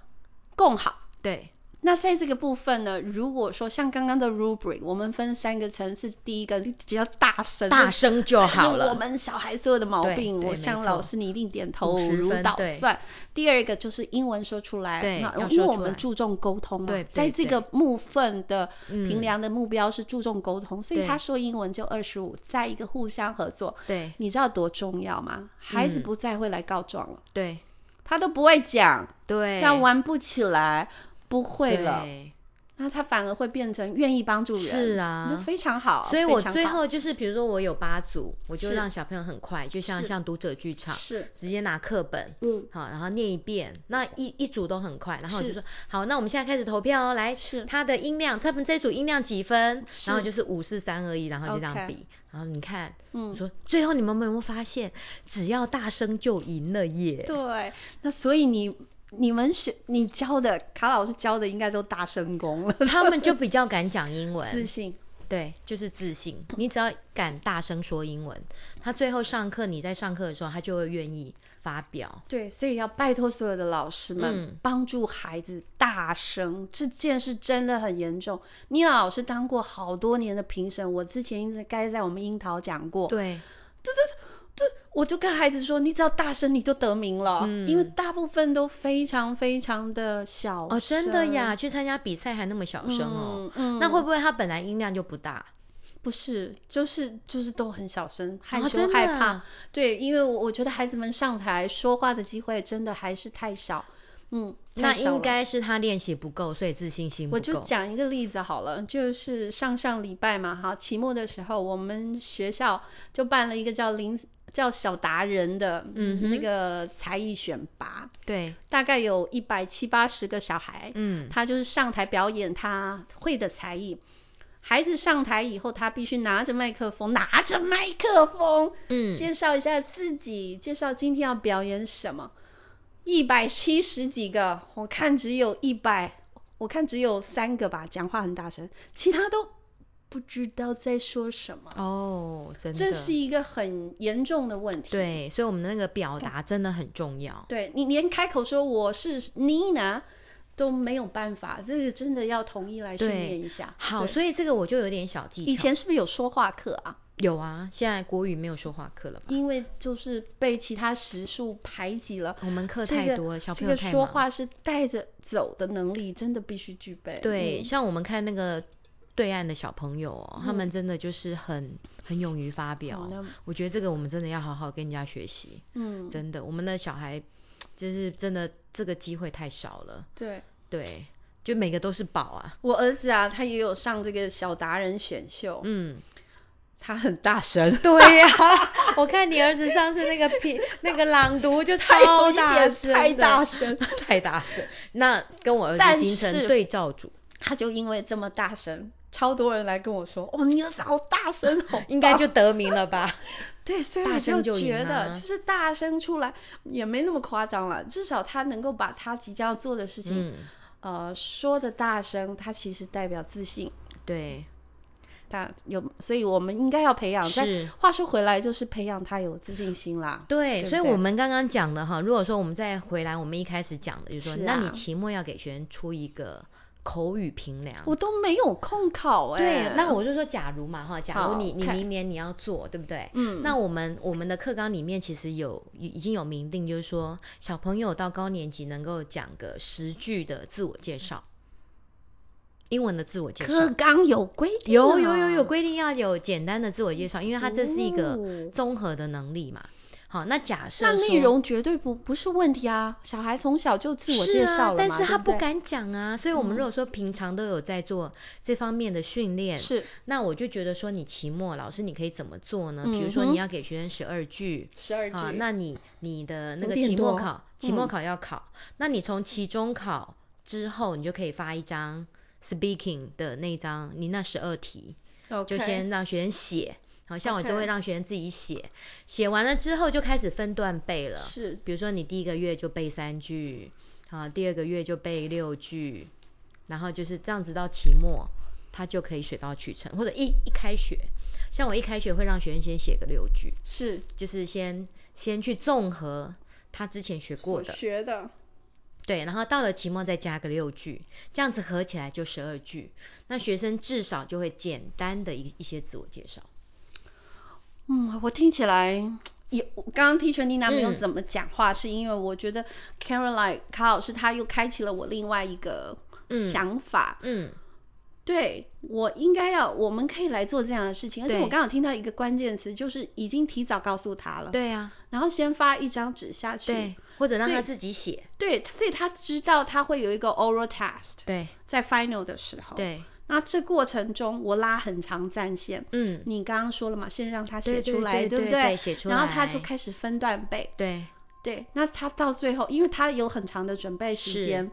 [SPEAKER 2] 共好。
[SPEAKER 1] 对，
[SPEAKER 2] 那在这个部分呢，如果说像刚刚的 rubric，我们分三个层次，第一个只要大声，
[SPEAKER 1] 大声就
[SPEAKER 2] 这
[SPEAKER 1] 好
[SPEAKER 2] 是我
[SPEAKER 1] 了。
[SPEAKER 2] 们小孩所有的毛
[SPEAKER 1] 对
[SPEAKER 2] 病，
[SPEAKER 1] 对
[SPEAKER 2] 我
[SPEAKER 1] 没
[SPEAKER 2] 向
[SPEAKER 1] 错
[SPEAKER 2] 老师你一定点头
[SPEAKER 1] 50
[SPEAKER 2] 如
[SPEAKER 1] 分
[SPEAKER 2] 捣
[SPEAKER 1] 对
[SPEAKER 2] 蒜。第二个就是英文说出来，
[SPEAKER 1] 对
[SPEAKER 2] 那呃
[SPEAKER 1] 要
[SPEAKER 2] 因
[SPEAKER 1] 说
[SPEAKER 2] 为我
[SPEAKER 1] 出来
[SPEAKER 2] 们注重沟通嘛，
[SPEAKER 1] 对对
[SPEAKER 2] 在这个部分的
[SPEAKER 1] 嗯
[SPEAKER 2] 评量的目标是注重沟通，所以
[SPEAKER 1] 对
[SPEAKER 2] 他说英文就二十五，在一个互相合作，
[SPEAKER 1] 对
[SPEAKER 2] 你知道多重要吗？孩子
[SPEAKER 1] 嗯
[SPEAKER 2] 不在会来告状了，
[SPEAKER 1] 对
[SPEAKER 2] 他都不会讲，
[SPEAKER 1] 对，
[SPEAKER 2] 但玩不起来，不会了，
[SPEAKER 1] 对
[SPEAKER 2] 那他反而会变成愿意帮助人，
[SPEAKER 1] 是啊
[SPEAKER 2] 你就非常好。
[SPEAKER 1] 所以
[SPEAKER 2] 非
[SPEAKER 1] 我
[SPEAKER 2] 常
[SPEAKER 1] 最
[SPEAKER 2] 好
[SPEAKER 1] 后就是，比如说我有八组，我就是让小朋友很快，就像
[SPEAKER 2] 是
[SPEAKER 1] 像读者剧场，
[SPEAKER 2] 是
[SPEAKER 1] 直接拿课本，
[SPEAKER 2] 嗯
[SPEAKER 1] 好，然后念一遍，那一一组都很快，然后我就是说好，那我们现在开始投票哦，来，
[SPEAKER 2] 是
[SPEAKER 1] 他的音量，他们这组音量几分？
[SPEAKER 2] 是
[SPEAKER 1] 然后就是五四三二一，然后就这样
[SPEAKER 2] OK
[SPEAKER 1] 比，然后你看，我
[SPEAKER 2] 嗯。
[SPEAKER 1] 说最后你们有没有发现，只要大声就赢了耶？
[SPEAKER 2] 对，那所以你你们学你教的卡老师教的应该都大声功了，
[SPEAKER 1] 他们就比较敢讲英文，
[SPEAKER 2] 自信。
[SPEAKER 1] 对，就是自信。你只要敢大声说英文，他最后上课你在上课的时候，他就会愿意发表。
[SPEAKER 2] 对，所以要拜托所有的老师们、
[SPEAKER 1] 嗯
[SPEAKER 2] 帮助孩子大声，这件事真的很严重。妮娜老师当过好多年的评审，我之前应该在我们樱桃讲过，
[SPEAKER 1] 对，
[SPEAKER 2] 这我就跟孩子说，你只要大声你就得名了，
[SPEAKER 1] 嗯
[SPEAKER 2] 因为大部分都非常非常的小
[SPEAKER 1] 哦，真的呀，
[SPEAKER 2] 声，
[SPEAKER 1] 去参加比赛还那么小声哦，
[SPEAKER 2] 嗯，嗯
[SPEAKER 1] 那会不会他本来音量就不大？
[SPEAKER 2] 不是，就是就是都很小声，害
[SPEAKER 1] 哦
[SPEAKER 2] 羞、
[SPEAKER 1] 真的
[SPEAKER 2] 害怕
[SPEAKER 1] 啊。
[SPEAKER 2] 对，因为我我觉得孩子们上台说话的机会真的还是太少。嗯，
[SPEAKER 1] 那
[SPEAKER 2] 太少
[SPEAKER 1] 应
[SPEAKER 2] 了。
[SPEAKER 1] 该是他练习不够，所以自信心不
[SPEAKER 2] 我就
[SPEAKER 1] 够。
[SPEAKER 2] 讲一个例子好了，就是上上礼拜嘛，哈，期末的时候，我们学校就办了一个叫林叫小达人的
[SPEAKER 1] 嗯哼
[SPEAKER 2] 那个才艺选拔，
[SPEAKER 1] 对，
[SPEAKER 2] 大概有一百七八十个小孩，
[SPEAKER 1] 嗯，
[SPEAKER 2] 他就是上台表演他会的才艺。孩子上台以后，他必须拿着麦克风，拿着麦克风，
[SPEAKER 1] 嗯，
[SPEAKER 2] 介绍一下自己，介绍今天要表演什么。一百七十几个，我看只有一百，我看只有三个吧，讲话很大声，其他都不知道在说什么。
[SPEAKER 1] 哦，真的，
[SPEAKER 2] 这是一个很严重的问题。
[SPEAKER 1] 对，所以我们的那个表达真的很重要。
[SPEAKER 2] 对你连开口说我是妮娜都没有办法，这个真的要统一来训
[SPEAKER 1] 对
[SPEAKER 2] 练一下。
[SPEAKER 1] 好，
[SPEAKER 2] 对
[SPEAKER 1] 所以这个我就有点小技巧。
[SPEAKER 2] 以前是不是有说话课啊？
[SPEAKER 1] 有啊，现在国语没有说话课了吧？
[SPEAKER 2] 因为就是被其他时数排挤了。
[SPEAKER 1] 我们课
[SPEAKER 2] 这
[SPEAKER 1] 太
[SPEAKER 2] 个
[SPEAKER 1] 多了，小
[SPEAKER 2] 这
[SPEAKER 1] 朋友
[SPEAKER 2] 个
[SPEAKER 1] 太
[SPEAKER 2] 说
[SPEAKER 1] 忙。
[SPEAKER 2] 话是带着走的能力，真的必须具备。
[SPEAKER 1] 对，
[SPEAKER 2] 嗯
[SPEAKER 1] 像我们看那个对岸的小朋友哦，他们真的就是很很勇于发表
[SPEAKER 2] 好。的
[SPEAKER 1] 我觉得这个我们真的要好好跟人家学习，
[SPEAKER 2] 哦嗯，
[SPEAKER 1] 真的，我们的小孩就是真的这个机会太少了。
[SPEAKER 2] 对
[SPEAKER 1] 对，就每个都是宝啊。
[SPEAKER 2] 我儿子啊，他也有上这个小达人选秀，
[SPEAKER 1] 嗯，
[SPEAKER 2] 他很大 声，
[SPEAKER 1] 对呀、 我看你儿子上次那个评那个朗读 就超大声的，
[SPEAKER 2] 太大声，
[SPEAKER 1] 太大声。那跟我儿
[SPEAKER 2] 但
[SPEAKER 1] 子形成
[SPEAKER 2] 是
[SPEAKER 1] 对照组，，
[SPEAKER 2] 他就因为这么大声，超多人来跟我说，哦，你儿子好大声哦
[SPEAKER 1] 应该就得名了吧？
[SPEAKER 2] 对，所以
[SPEAKER 1] 大
[SPEAKER 2] 我
[SPEAKER 1] 声
[SPEAKER 2] 就
[SPEAKER 1] 就赢
[SPEAKER 2] 觉
[SPEAKER 1] 啊
[SPEAKER 2] 得就是大声出来也没那么夸张了，至少他能够把他即将要做的事情，
[SPEAKER 1] 嗯，
[SPEAKER 2] 呃，说的大声，他其实代表自信。
[SPEAKER 1] 对，
[SPEAKER 2] 大有，所以我们应该要培养。但
[SPEAKER 1] 是
[SPEAKER 2] 话说回来，就是培养他有自信心啦。
[SPEAKER 1] 对，
[SPEAKER 2] 对
[SPEAKER 1] 所以
[SPEAKER 2] 不对
[SPEAKER 1] 我们刚刚讲的哈，如果说我们再回来，我们一开始讲的就是说，
[SPEAKER 2] 是
[SPEAKER 1] 那你
[SPEAKER 2] 啊
[SPEAKER 1] 期末要给学生出一个口语评量。
[SPEAKER 2] 我都没有空考哎、
[SPEAKER 1] 对，那我就说，假如嘛哈，假如
[SPEAKER 2] 好
[SPEAKER 1] 你你
[SPEAKER 2] OK
[SPEAKER 1] 明年你要做，对不对？
[SPEAKER 2] 嗯
[SPEAKER 1] 那我们我们的课纲里面其实有已已经有明定，就是说小朋友到高年级能够讲个十句的自我介绍，英文的自我介
[SPEAKER 2] 课
[SPEAKER 1] 绍。
[SPEAKER 2] 纲有规定、啊
[SPEAKER 1] 有有有有，规定要有简单的自我介绍，因为它这是一个
[SPEAKER 2] 哦
[SPEAKER 1] 综合的能力嘛。好，那假设
[SPEAKER 2] 那内
[SPEAKER 1] 说
[SPEAKER 2] 容绝对不不是问题啊。小孩从小就自我
[SPEAKER 1] 是
[SPEAKER 2] 介绍
[SPEAKER 1] 啊，
[SPEAKER 2] 了嘛，
[SPEAKER 1] 但是他
[SPEAKER 2] 对不
[SPEAKER 1] 不
[SPEAKER 2] 对嗯
[SPEAKER 1] 敢讲啊，所以我们如果说平常都有在做这方面的训练，
[SPEAKER 2] 是
[SPEAKER 1] 那我就觉得说，你期末老师你可以怎么做呢？比如说
[SPEAKER 2] 嗯哼
[SPEAKER 1] 你要给学生十二句。
[SPEAKER 2] 十二句、
[SPEAKER 1] 啊，那你你的那
[SPEAKER 2] 有
[SPEAKER 1] 个
[SPEAKER 2] 点
[SPEAKER 1] 期末
[SPEAKER 2] 多
[SPEAKER 1] 考，期末
[SPEAKER 2] 嗯
[SPEAKER 1] 考要考，那你从期中考之后，你就可以发一张 speaking 的那一张，你那十二题
[SPEAKER 2] o k
[SPEAKER 1] 就先让学生写，好像我都会
[SPEAKER 2] OK
[SPEAKER 1] 让学生自己写，写完了之后就开始分段背了，
[SPEAKER 2] 是
[SPEAKER 1] 比如说你第一个月就背三句，啊，第二个月就背六句，然后就是这样子到期末，他就可以水到渠成，或者一一开学，像我一开学会让学生先写个六句，
[SPEAKER 2] 是
[SPEAKER 1] 就是先先去综合他之前学
[SPEAKER 2] 所
[SPEAKER 1] 过的，
[SPEAKER 2] 学的，
[SPEAKER 1] 对，然后到了期末再加个六句，这样子合起来就十二句，那学生至少就会简单的一一些自我介绍。
[SPEAKER 2] 嗯，我听起来也，我刚刚 Teacher Nina 没有
[SPEAKER 1] 嗯
[SPEAKER 2] 怎么讲话，是因为我觉得 Caroline 卡老师她又开启了我另外一个
[SPEAKER 1] 嗯
[SPEAKER 2] 想法，
[SPEAKER 1] 嗯，
[SPEAKER 2] 对我应该要，我们可以来做这样的事情。而且
[SPEAKER 1] 对
[SPEAKER 2] 我刚好听到一个关键词，就是已经提早告诉他了，
[SPEAKER 1] 对啊，
[SPEAKER 2] 然后先发一张纸下去，
[SPEAKER 1] 对，或者让
[SPEAKER 2] 所
[SPEAKER 1] 他
[SPEAKER 2] 以
[SPEAKER 1] 自己写，
[SPEAKER 2] 对，所以他知道他会有一个 oral test
[SPEAKER 1] 对
[SPEAKER 2] 在 final 的时候，，
[SPEAKER 1] 对，
[SPEAKER 2] 那这过程中我拉很长战线。
[SPEAKER 1] 嗯，
[SPEAKER 2] 你刚刚说了嘛，先让他
[SPEAKER 1] 对
[SPEAKER 2] 写
[SPEAKER 1] 对
[SPEAKER 2] 出来，
[SPEAKER 1] 对
[SPEAKER 2] 不
[SPEAKER 1] 对对
[SPEAKER 2] 对？
[SPEAKER 1] 写出
[SPEAKER 2] 然后他就
[SPEAKER 1] 来
[SPEAKER 2] 开始分段背，
[SPEAKER 1] 对
[SPEAKER 2] 对，那他到最后，因为他有很长的准备
[SPEAKER 1] 是
[SPEAKER 2] 时间，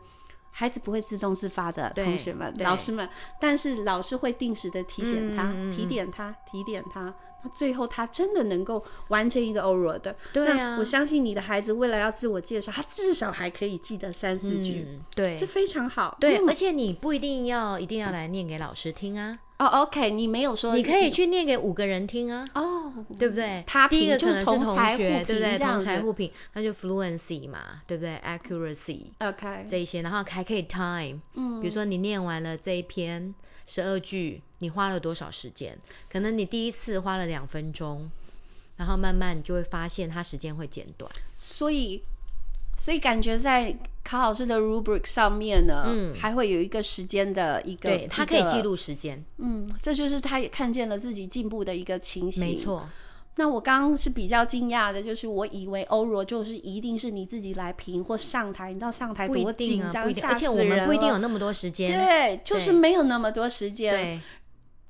[SPEAKER 2] 孩子不会自动自发的，
[SPEAKER 1] 对
[SPEAKER 2] 同学们、
[SPEAKER 1] 对
[SPEAKER 2] 老师们，但是老师会定时的提醒他、
[SPEAKER 1] 嗯嗯嗯
[SPEAKER 2] 提点他、提点他，那最后他真的能够完成一个 oral 的。
[SPEAKER 1] 对啊
[SPEAKER 2] 那我相信你的孩子未来要自我介绍，他至少还可以记得三四句，
[SPEAKER 1] 嗯，对
[SPEAKER 2] 这非常好。
[SPEAKER 1] 对，
[SPEAKER 2] 嗯
[SPEAKER 1] 而且你不一定要一定要来念给老师听啊，
[SPEAKER 2] 哦，OK，你没有说
[SPEAKER 1] 你可以去念给五个人听啊。
[SPEAKER 2] 哦，
[SPEAKER 1] 对不对？
[SPEAKER 2] 他
[SPEAKER 1] 嗯第一个
[SPEAKER 2] 就
[SPEAKER 1] 可能
[SPEAKER 2] 是
[SPEAKER 1] 是
[SPEAKER 2] 同
[SPEAKER 1] 同
[SPEAKER 2] 才互
[SPEAKER 1] 学，
[SPEAKER 2] 评
[SPEAKER 1] 对不对？
[SPEAKER 2] 这
[SPEAKER 1] 同
[SPEAKER 2] 样
[SPEAKER 1] 才
[SPEAKER 2] 子
[SPEAKER 1] 互评，那就 fluency 嘛，对不对？accuracy
[SPEAKER 2] OK，
[SPEAKER 1] 这一些，然后还可以 time，
[SPEAKER 2] 嗯，
[SPEAKER 1] 比如说你念完了这一篇十二句，你花了多少时间？可能你第一次花了两分钟，然后慢慢你就会发现它时间会减短。
[SPEAKER 2] 所以，所以感觉在卡老师的 rubric 上面呢，
[SPEAKER 1] 嗯
[SPEAKER 2] 还会有一个时间的一个，
[SPEAKER 1] 对，它
[SPEAKER 2] 一
[SPEAKER 1] 可以
[SPEAKER 2] 个
[SPEAKER 1] 记，录时间，
[SPEAKER 2] 嗯，这就是他也看见了自己进步的一个情形。
[SPEAKER 1] 没。错。
[SPEAKER 2] 那我刚刚是比较惊讶的，就是我以为欧罗就是一定是你自己来评或上台，你知道上台
[SPEAKER 1] 不一
[SPEAKER 2] 多
[SPEAKER 1] 定
[SPEAKER 2] 紧
[SPEAKER 1] 啊，
[SPEAKER 2] 张，
[SPEAKER 1] 不一定，
[SPEAKER 2] 吓
[SPEAKER 1] 而且
[SPEAKER 2] 死
[SPEAKER 1] 我们
[SPEAKER 2] 人
[SPEAKER 1] 不一定
[SPEAKER 2] 了
[SPEAKER 1] 有那么多时间。
[SPEAKER 2] 对，就是
[SPEAKER 1] 对
[SPEAKER 2] 没有那么多时间。
[SPEAKER 1] 对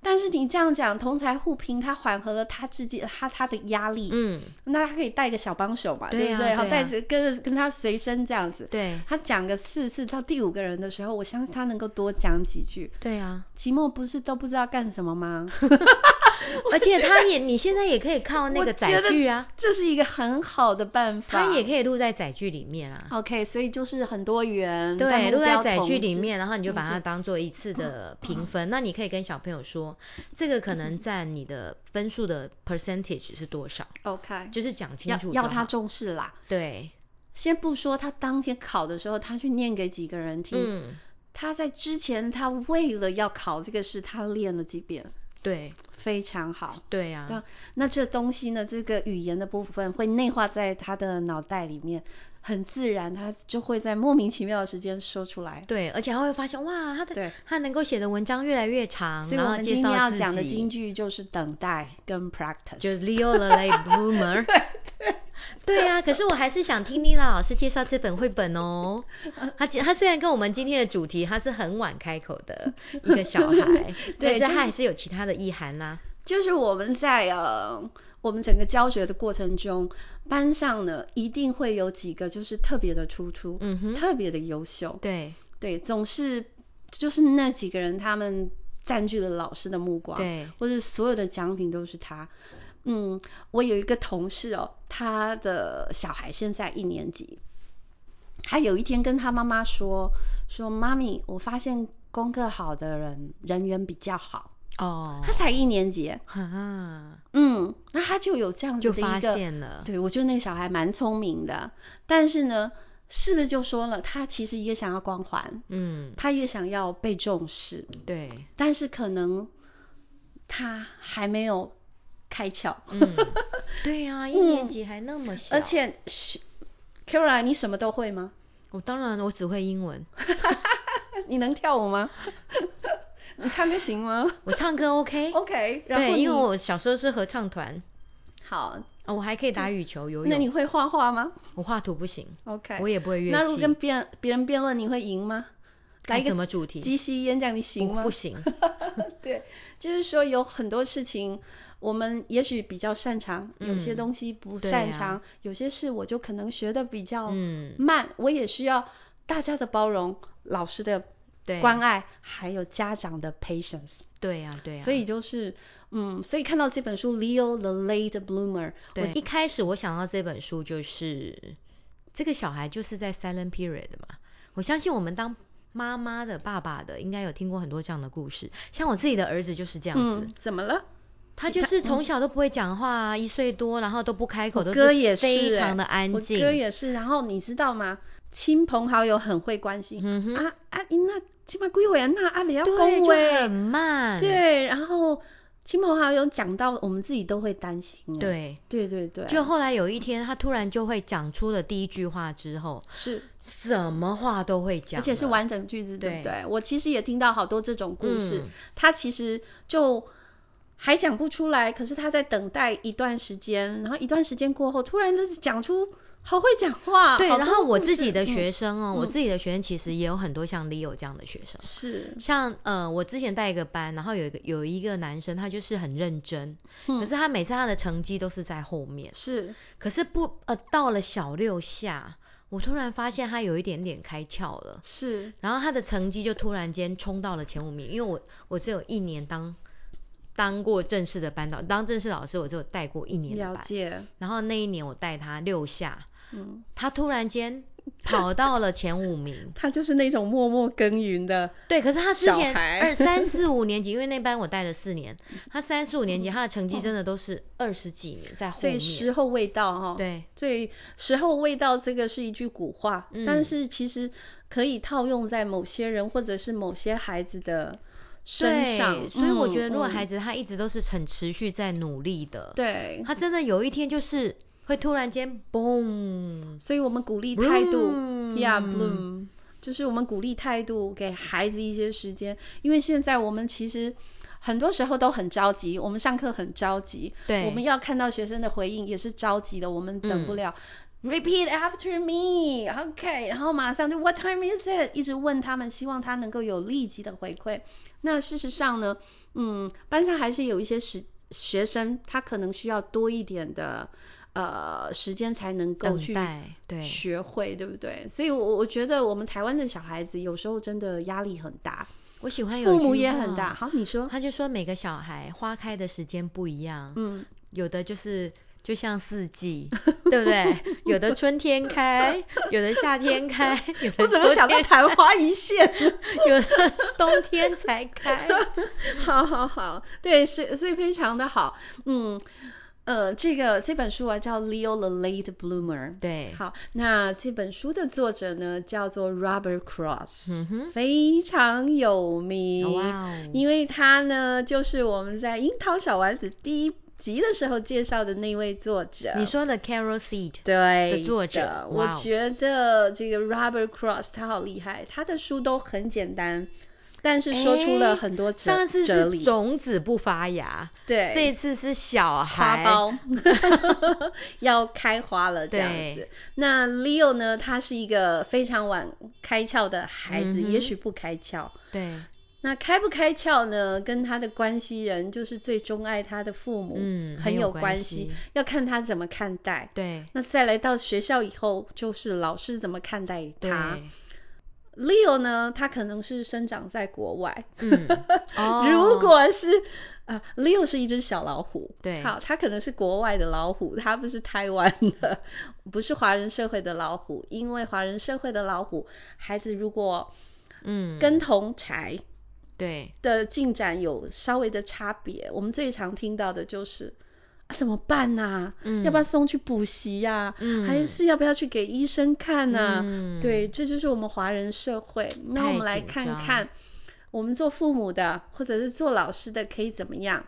[SPEAKER 2] 但是你这样讲，同才互评，他缓和了他自己他他的压力，
[SPEAKER 1] 嗯，
[SPEAKER 2] 那他可以带个小帮手嘛，
[SPEAKER 1] 对
[SPEAKER 2] 不
[SPEAKER 1] 呀
[SPEAKER 2] 对？然后
[SPEAKER 1] 对啊
[SPEAKER 2] 带
[SPEAKER 1] 呀
[SPEAKER 2] 着跟着跟他随身这样子，
[SPEAKER 1] 对，
[SPEAKER 2] 他讲个四次到第五个人的时候，我相信他能够多讲几句。
[SPEAKER 1] 对啊，
[SPEAKER 2] 寂寞不是都不知道干什么吗？
[SPEAKER 1] 而且他也，你现在也可以靠 那
[SPEAKER 2] 我
[SPEAKER 1] 个
[SPEAKER 2] 觉
[SPEAKER 1] 载
[SPEAKER 2] 得
[SPEAKER 1] 具啊，
[SPEAKER 2] 这是一个很好的办法。
[SPEAKER 1] 他也可以录在载具里面啊。
[SPEAKER 2] OK，所以就是很多元，但
[SPEAKER 1] 对，
[SPEAKER 2] 目
[SPEAKER 1] 录在
[SPEAKER 2] 标
[SPEAKER 1] 载具
[SPEAKER 2] 同嗯
[SPEAKER 1] 里
[SPEAKER 2] 质
[SPEAKER 1] 面，然后你就把
[SPEAKER 2] 同
[SPEAKER 1] 它
[SPEAKER 2] 质
[SPEAKER 1] 当做一次
[SPEAKER 2] 嗯
[SPEAKER 1] 的评分。那你可以跟小朋友说，这个可能占你的分数的 percentage 是多少，
[SPEAKER 2] OK，
[SPEAKER 1] 就是讲清
[SPEAKER 2] 要
[SPEAKER 1] 楚
[SPEAKER 2] 要
[SPEAKER 1] 就
[SPEAKER 2] 他
[SPEAKER 1] 好
[SPEAKER 2] 重视啦。
[SPEAKER 1] 对，
[SPEAKER 2] 先不说他当天考的时候，他去念给几个人听，
[SPEAKER 1] 嗯，
[SPEAKER 2] 他在之前他为了要考这个试，他练了几遍，
[SPEAKER 1] 对，
[SPEAKER 2] 非常好。
[SPEAKER 1] 对啊，
[SPEAKER 2] 那这东西呢，这个语言的部分会内化在他的脑袋里面，很自然，他就会在莫名其妙的时间说出来。
[SPEAKER 1] 对，而且他会发现哇，他的
[SPEAKER 2] 对
[SPEAKER 1] 他能够写的文章越来越长，
[SPEAKER 2] 所以
[SPEAKER 1] 啊然
[SPEAKER 2] 我
[SPEAKER 1] 后
[SPEAKER 2] 们
[SPEAKER 1] 介
[SPEAKER 2] 今天
[SPEAKER 1] 绍
[SPEAKER 2] 要
[SPEAKER 1] 自
[SPEAKER 2] 讲的
[SPEAKER 1] 己
[SPEAKER 2] 金句就是等待跟 practice。，
[SPEAKER 1] 就是 Leo l a Bloomer。对啊，可是我还是想听妮娜老师介绍这本绘本哦。他其他虽然跟我们今天的主题他是很晚开口的一个小孩
[SPEAKER 2] 对
[SPEAKER 1] 但是
[SPEAKER 2] 就
[SPEAKER 1] 他
[SPEAKER 2] 是
[SPEAKER 1] 还是有其他的意涵啦。
[SPEAKER 2] 就是我们在呃我们整个教学的过程中，班上呢一定会有几个就是特别的突出，
[SPEAKER 1] 嗯哼，
[SPEAKER 2] 特别的优秀，
[SPEAKER 1] 对
[SPEAKER 2] 对，总是就是那几个人他们占据了老师的目光，
[SPEAKER 1] 对，
[SPEAKER 2] 或者所有的奖品都是他。嗯，我有一个同事哦，他的小孩现在一年级，他有一天跟他妈妈说说妈咪，我发现功课好的人人缘比较好，
[SPEAKER 1] 哦
[SPEAKER 2] 他，才一年级耶，
[SPEAKER 1] 哈，
[SPEAKER 2] 嗯，那他就有这样子
[SPEAKER 1] 就
[SPEAKER 2] 的一
[SPEAKER 1] 发
[SPEAKER 2] 个，
[SPEAKER 1] 现了，
[SPEAKER 2] 对我觉得那个小孩蛮聪明的，但是呢，是不是就说了，他其实也想要光环，
[SPEAKER 1] 嗯，
[SPEAKER 2] 他也想要被重视，
[SPEAKER 1] 对，
[SPEAKER 2] 但是可能他还没有开窍，
[SPEAKER 1] 嗯，对啊，一年级还那么
[SPEAKER 2] 嗯
[SPEAKER 1] 小，
[SPEAKER 2] 而且是 Kira，你什么都会吗？
[SPEAKER 1] 我当然我只会英文，
[SPEAKER 2] 你能跳舞吗？ 你唱歌行吗
[SPEAKER 1] 我唱歌 OK，
[SPEAKER 2] ？OK，然后
[SPEAKER 1] 对，
[SPEAKER 2] 你
[SPEAKER 1] 因为我小时候是合唱团，
[SPEAKER 2] 好，
[SPEAKER 1] 啊，我还可以打羽球、游
[SPEAKER 2] 那你
[SPEAKER 1] 泳，
[SPEAKER 2] 会画画吗
[SPEAKER 1] 我画图不行。
[SPEAKER 2] ？OK，
[SPEAKER 1] 我也不会乐器。
[SPEAKER 2] 那如果跟别人别人辩论，你会赢吗？来
[SPEAKER 1] 看
[SPEAKER 2] 一个
[SPEAKER 1] 什么主题？
[SPEAKER 2] 鸡西演讲你行
[SPEAKER 1] 不
[SPEAKER 2] 吗
[SPEAKER 1] 不？行。
[SPEAKER 2] 对，就是说有很多事情我们也许比较擅长，有些
[SPEAKER 1] 嗯
[SPEAKER 2] 东西不
[SPEAKER 1] 对
[SPEAKER 2] 擅
[SPEAKER 1] 呀
[SPEAKER 2] 长，有些事我就可能学的比较
[SPEAKER 1] 嗯，
[SPEAKER 2] 慢，我也需要大家的包容、老师的
[SPEAKER 1] 对，
[SPEAKER 2] 关爱，还有家长的 patience。
[SPEAKER 1] 对呀、对呀、
[SPEAKER 2] 所以就是，嗯，所以看到这本书《Leo the Late Bloomer》，
[SPEAKER 1] 对一开始我想到这本书就是这个小孩就是在 silent period 嘛。我相信我们当妈妈的、爸爸的，应该有听过很多这样的故事。像我自己的儿子就是这样子，
[SPEAKER 2] 嗯，怎么了？
[SPEAKER 1] 他就是从小都不会讲话啊，一岁多，然后都不开口，都
[SPEAKER 2] 哥也是
[SPEAKER 1] 非
[SPEAKER 2] 欸
[SPEAKER 1] 常的安
[SPEAKER 2] 我
[SPEAKER 1] 静。
[SPEAKER 2] 哥也是，然后你知道吗？亲朋好友很会关心、
[SPEAKER 1] 嗯哼，
[SPEAKER 2] 啊啊，因那起码归回那啊，不要恭
[SPEAKER 1] 对，就
[SPEAKER 2] 维
[SPEAKER 1] 很慢。
[SPEAKER 2] 对，然后亲朋好友讲到，我们自己都会担心。，哎
[SPEAKER 1] 对，
[SPEAKER 2] 对对对，
[SPEAKER 1] 就后来有一天，他突然就会讲出了第一句话之后，
[SPEAKER 2] 是，
[SPEAKER 1] 什么话都会
[SPEAKER 2] 而
[SPEAKER 1] 讲了，
[SPEAKER 2] 且是完整句子，对不
[SPEAKER 1] 对
[SPEAKER 2] 对？我其实也听到好多这种故事，
[SPEAKER 1] 嗯
[SPEAKER 2] 他其实就还讲不出来，可是他在等待一段时间，然后一段时间过后，突然就是讲出好会讲话。
[SPEAKER 1] 对，
[SPEAKER 2] 好
[SPEAKER 1] 然
[SPEAKER 2] 多
[SPEAKER 1] 后我
[SPEAKER 2] 故
[SPEAKER 1] 自
[SPEAKER 2] 事
[SPEAKER 1] 己的
[SPEAKER 2] 嗯
[SPEAKER 1] 学生哦，我
[SPEAKER 2] 嗯
[SPEAKER 1] 自己的学生其实也有很多像 Leo 这样的学生，
[SPEAKER 2] 是，
[SPEAKER 1] 像呃，我之前带一个班，然后有一个有一个男生，他就是很认真，可
[SPEAKER 2] 嗯
[SPEAKER 1] 是他每次他的成绩都是在后面，
[SPEAKER 2] 是，
[SPEAKER 1] 可是不呃，到了小六下，我突然发现他有一点点开窍了，
[SPEAKER 2] 是，
[SPEAKER 1] 然后他的成绩就突然间冲到了前五名，因为我我只有一年当。当过正式的班导，当正式老师，我只有带过一年的
[SPEAKER 2] 了
[SPEAKER 1] 班。
[SPEAKER 2] 解，
[SPEAKER 1] 然后那一年我带他六下，
[SPEAKER 2] 嗯，。
[SPEAKER 1] 他突然间跑到了前五名
[SPEAKER 2] 他就是那种默默耕耘的，
[SPEAKER 1] 对，可是他之
[SPEAKER 2] 小
[SPEAKER 1] 前
[SPEAKER 2] 孩
[SPEAKER 1] 二三四五年级，因为那班我带了四年，他三四五年级他的成绩真的都是二十几名在后
[SPEAKER 2] 所以
[SPEAKER 1] 面。
[SPEAKER 2] 时候未到哈、哦。
[SPEAKER 1] 对
[SPEAKER 2] 所以时候未到，这个是一句古话，
[SPEAKER 1] 嗯
[SPEAKER 2] 但是其实可以套用在某些人或者是某些孩子的身上。
[SPEAKER 1] 对，所以我觉得
[SPEAKER 2] 嗯
[SPEAKER 1] 如果
[SPEAKER 2] 嗯
[SPEAKER 1] 孩子他一直都是很持续在努力的，
[SPEAKER 2] 对，
[SPEAKER 1] 他真的有一天就是会突然间嘣，
[SPEAKER 2] 所以我们鼓励态度
[SPEAKER 1] Bloom
[SPEAKER 2] ，Yeah Bloom，就是我们鼓励态度，给孩子一些时间，因为现在我们其实。很多时候都很着急，我们上课很着急，
[SPEAKER 1] 对，
[SPEAKER 2] 我们要看到学生的回应也是着急的，我们等不了。 Repeat after me, OK，然后马上就 What time is it？一直问他们，希望他能够有立即的回馈。那事实上呢，嗯，班上还是有一些时学生，他可能需要多一点的呃时间才能够
[SPEAKER 1] 等
[SPEAKER 2] 去
[SPEAKER 1] 待，对，
[SPEAKER 2] 学会，对不对？所以我，我我觉得我们台湾的小孩子有时候真的压力很大，
[SPEAKER 1] 我喜欢有
[SPEAKER 2] 父
[SPEAKER 1] 一
[SPEAKER 2] 母
[SPEAKER 1] 句
[SPEAKER 2] 也
[SPEAKER 1] 话
[SPEAKER 2] 很大。，好，你说，
[SPEAKER 1] 他就说每个小孩花开的时间不一样，
[SPEAKER 2] 嗯，
[SPEAKER 1] 有的就是就像 四季，对不对？有的春天开，有的夏天开，有
[SPEAKER 2] 我
[SPEAKER 1] 的
[SPEAKER 2] 怎么
[SPEAKER 1] 秋
[SPEAKER 2] 想到
[SPEAKER 1] 天，
[SPEAKER 2] 昙花一现？
[SPEAKER 1] 有的冬天才开。
[SPEAKER 2] 好好好，对，是所以非常的好，嗯，呃，这个这本书啊叫《Leo the Late Bloomer》，
[SPEAKER 1] 对，
[SPEAKER 2] 好，那这本书的作者呢叫做 Robert Cross，、
[SPEAKER 1] 嗯哼，
[SPEAKER 2] 非常有名，
[SPEAKER 1] 哇哦，
[SPEAKER 2] 因为他呢就是我们在《樱桃小丸子》第一集的时候介绍的那位作者，
[SPEAKER 1] 你说的 Carol Seed，
[SPEAKER 2] 对
[SPEAKER 1] 的作者
[SPEAKER 2] 的
[SPEAKER 1] 哇
[SPEAKER 2] 我
[SPEAKER 1] 哦
[SPEAKER 2] 觉得这个 Robert Cross 他好厉害，他的书都很简单，但是说出了
[SPEAKER 1] 哎
[SPEAKER 2] 很多哲
[SPEAKER 1] 上次
[SPEAKER 2] 哲
[SPEAKER 1] 是
[SPEAKER 2] 理。
[SPEAKER 1] 种子不发芽，
[SPEAKER 2] 对，
[SPEAKER 1] 这一次是
[SPEAKER 2] 花
[SPEAKER 1] 小孩，
[SPEAKER 2] 苞要开花了这样子
[SPEAKER 1] 对。
[SPEAKER 2] 那 Leo 呢？他是一个非常晚开窍的孩子，
[SPEAKER 1] 嗯哼
[SPEAKER 2] 也许不开窍。
[SPEAKER 1] 对，
[SPEAKER 2] 那开不开窍呢？跟他的关系人就是最钟爱他的父母，
[SPEAKER 1] 嗯，
[SPEAKER 2] 很
[SPEAKER 1] 有
[SPEAKER 2] 关
[SPEAKER 1] 系，，
[SPEAKER 2] 要看他怎么看待。
[SPEAKER 1] 对，
[SPEAKER 2] 那再来到学校以后，就是老师怎么看待
[SPEAKER 1] 对，
[SPEAKER 2] 他。Leo 呢，他可能是生长在国外，
[SPEAKER 1] 嗯，哦，
[SPEAKER 2] 如果是啊、l e o 是一只小老虎，
[SPEAKER 1] 对
[SPEAKER 2] 好，它可能是国外的老虎，它不是台湾的， 不是华人社会的老虎，因为华人社会的老虎，孩子如果
[SPEAKER 1] 嗯，
[SPEAKER 2] 跟同才
[SPEAKER 1] 对，
[SPEAKER 2] 的进展有稍微的差别，我们最常听到的就是。啊、怎么办呐、
[SPEAKER 1] 嗯，
[SPEAKER 2] 要不要送去补习呀、
[SPEAKER 1] 嗯
[SPEAKER 2] 还是要不要去给医生看呐、
[SPEAKER 1] 嗯
[SPEAKER 2] 对，这就是我们华人社会。那我
[SPEAKER 1] 太
[SPEAKER 2] 们来
[SPEAKER 1] 紧
[SPEAKER 2] 看
[SPEAKER 1] 张
[SPEAKER 2] 看，我们做父母的或者是做老师的可以怎么样？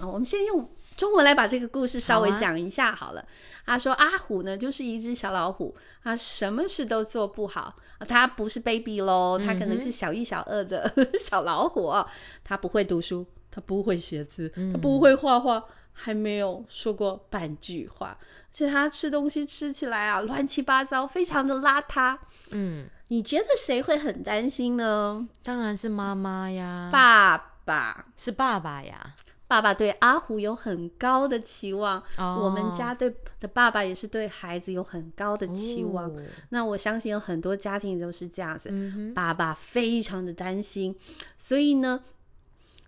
[SPEAKER 2] 啊，我们先用中文来把这个故事稍
[SPEAKER 1] 好
[SPEAKER 2] 微
[SPEAKER 1] 啊
[SPEAKER 2] 讲一下好了。他说阿虎呢就是一只小老虎，啊，什么事都做不好。啊他不是 baby 咯，他可能
[SPEAKER 1] 嗯
[SPEAKER 2] 是
[SPEAKER 1] 哼
[SPEAKER 2] 小一、小二的 小老虎哦、他不会读书，他不会写字，他不
[SPEAKER 1] 嗯
[SPEAKER 2] 会画画，还没有说过半句话。而且他吃东西吃起来啊乱七八糟，非常的邋遢。
[SPEAKER 1] 嗯，
[SPEAKER 2] 你觉得谁会很担心呢？
[SPEAKER 1] 当然是妈妈呀，
[SPEAKER 2] 爸爸，
[SPEAKER 1] 是爸爸呀，
[SPEAKER 2] 爸爸对阿虎有很高的期望，
[SPEAKER 1] 哦，
[SPEAKER 2] 我们家对的爸爸也是对孩子有很高的期望。
[SPEAKER 1] 哦，
[SPEAKER 2] 那我相信有很多家庭都是这样子，
[SPEAKER 1] 嗯哼，
[SPEAKER 2] 爸爸非常的担心，所以呢，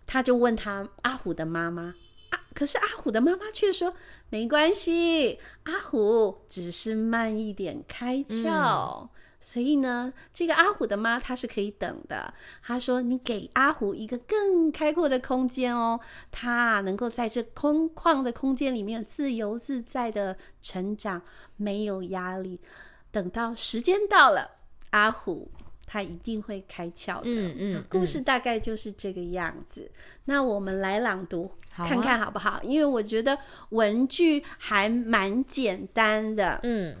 [SPEAKER 2] 他就问他阿虎的妈妈。啊，可是阿虎的妈妈却说没关系，阿虎只是慢一点开
[SPEAKER 1] 嗯
[SPEAKER 2] 窍。所以呢，这个阿虎的妈她是可以等的。她说：“你给阿虎一个更开阔的空间哦，他能够在这空旷的空间里面自由自在的成长，没有压力。等到时间到了，阿虎他一定会开窍的。啊
[SPEAKER 1] 嗯嗯
[SPEAKER 2] 故事大概就是这个样子。那我们来朗读
[SPEAKER 1] 好啊
[SPEAKER 2] 看看好不好？因为我觉得文句还蛮简单的。
[SPEAKER 1] 嗯，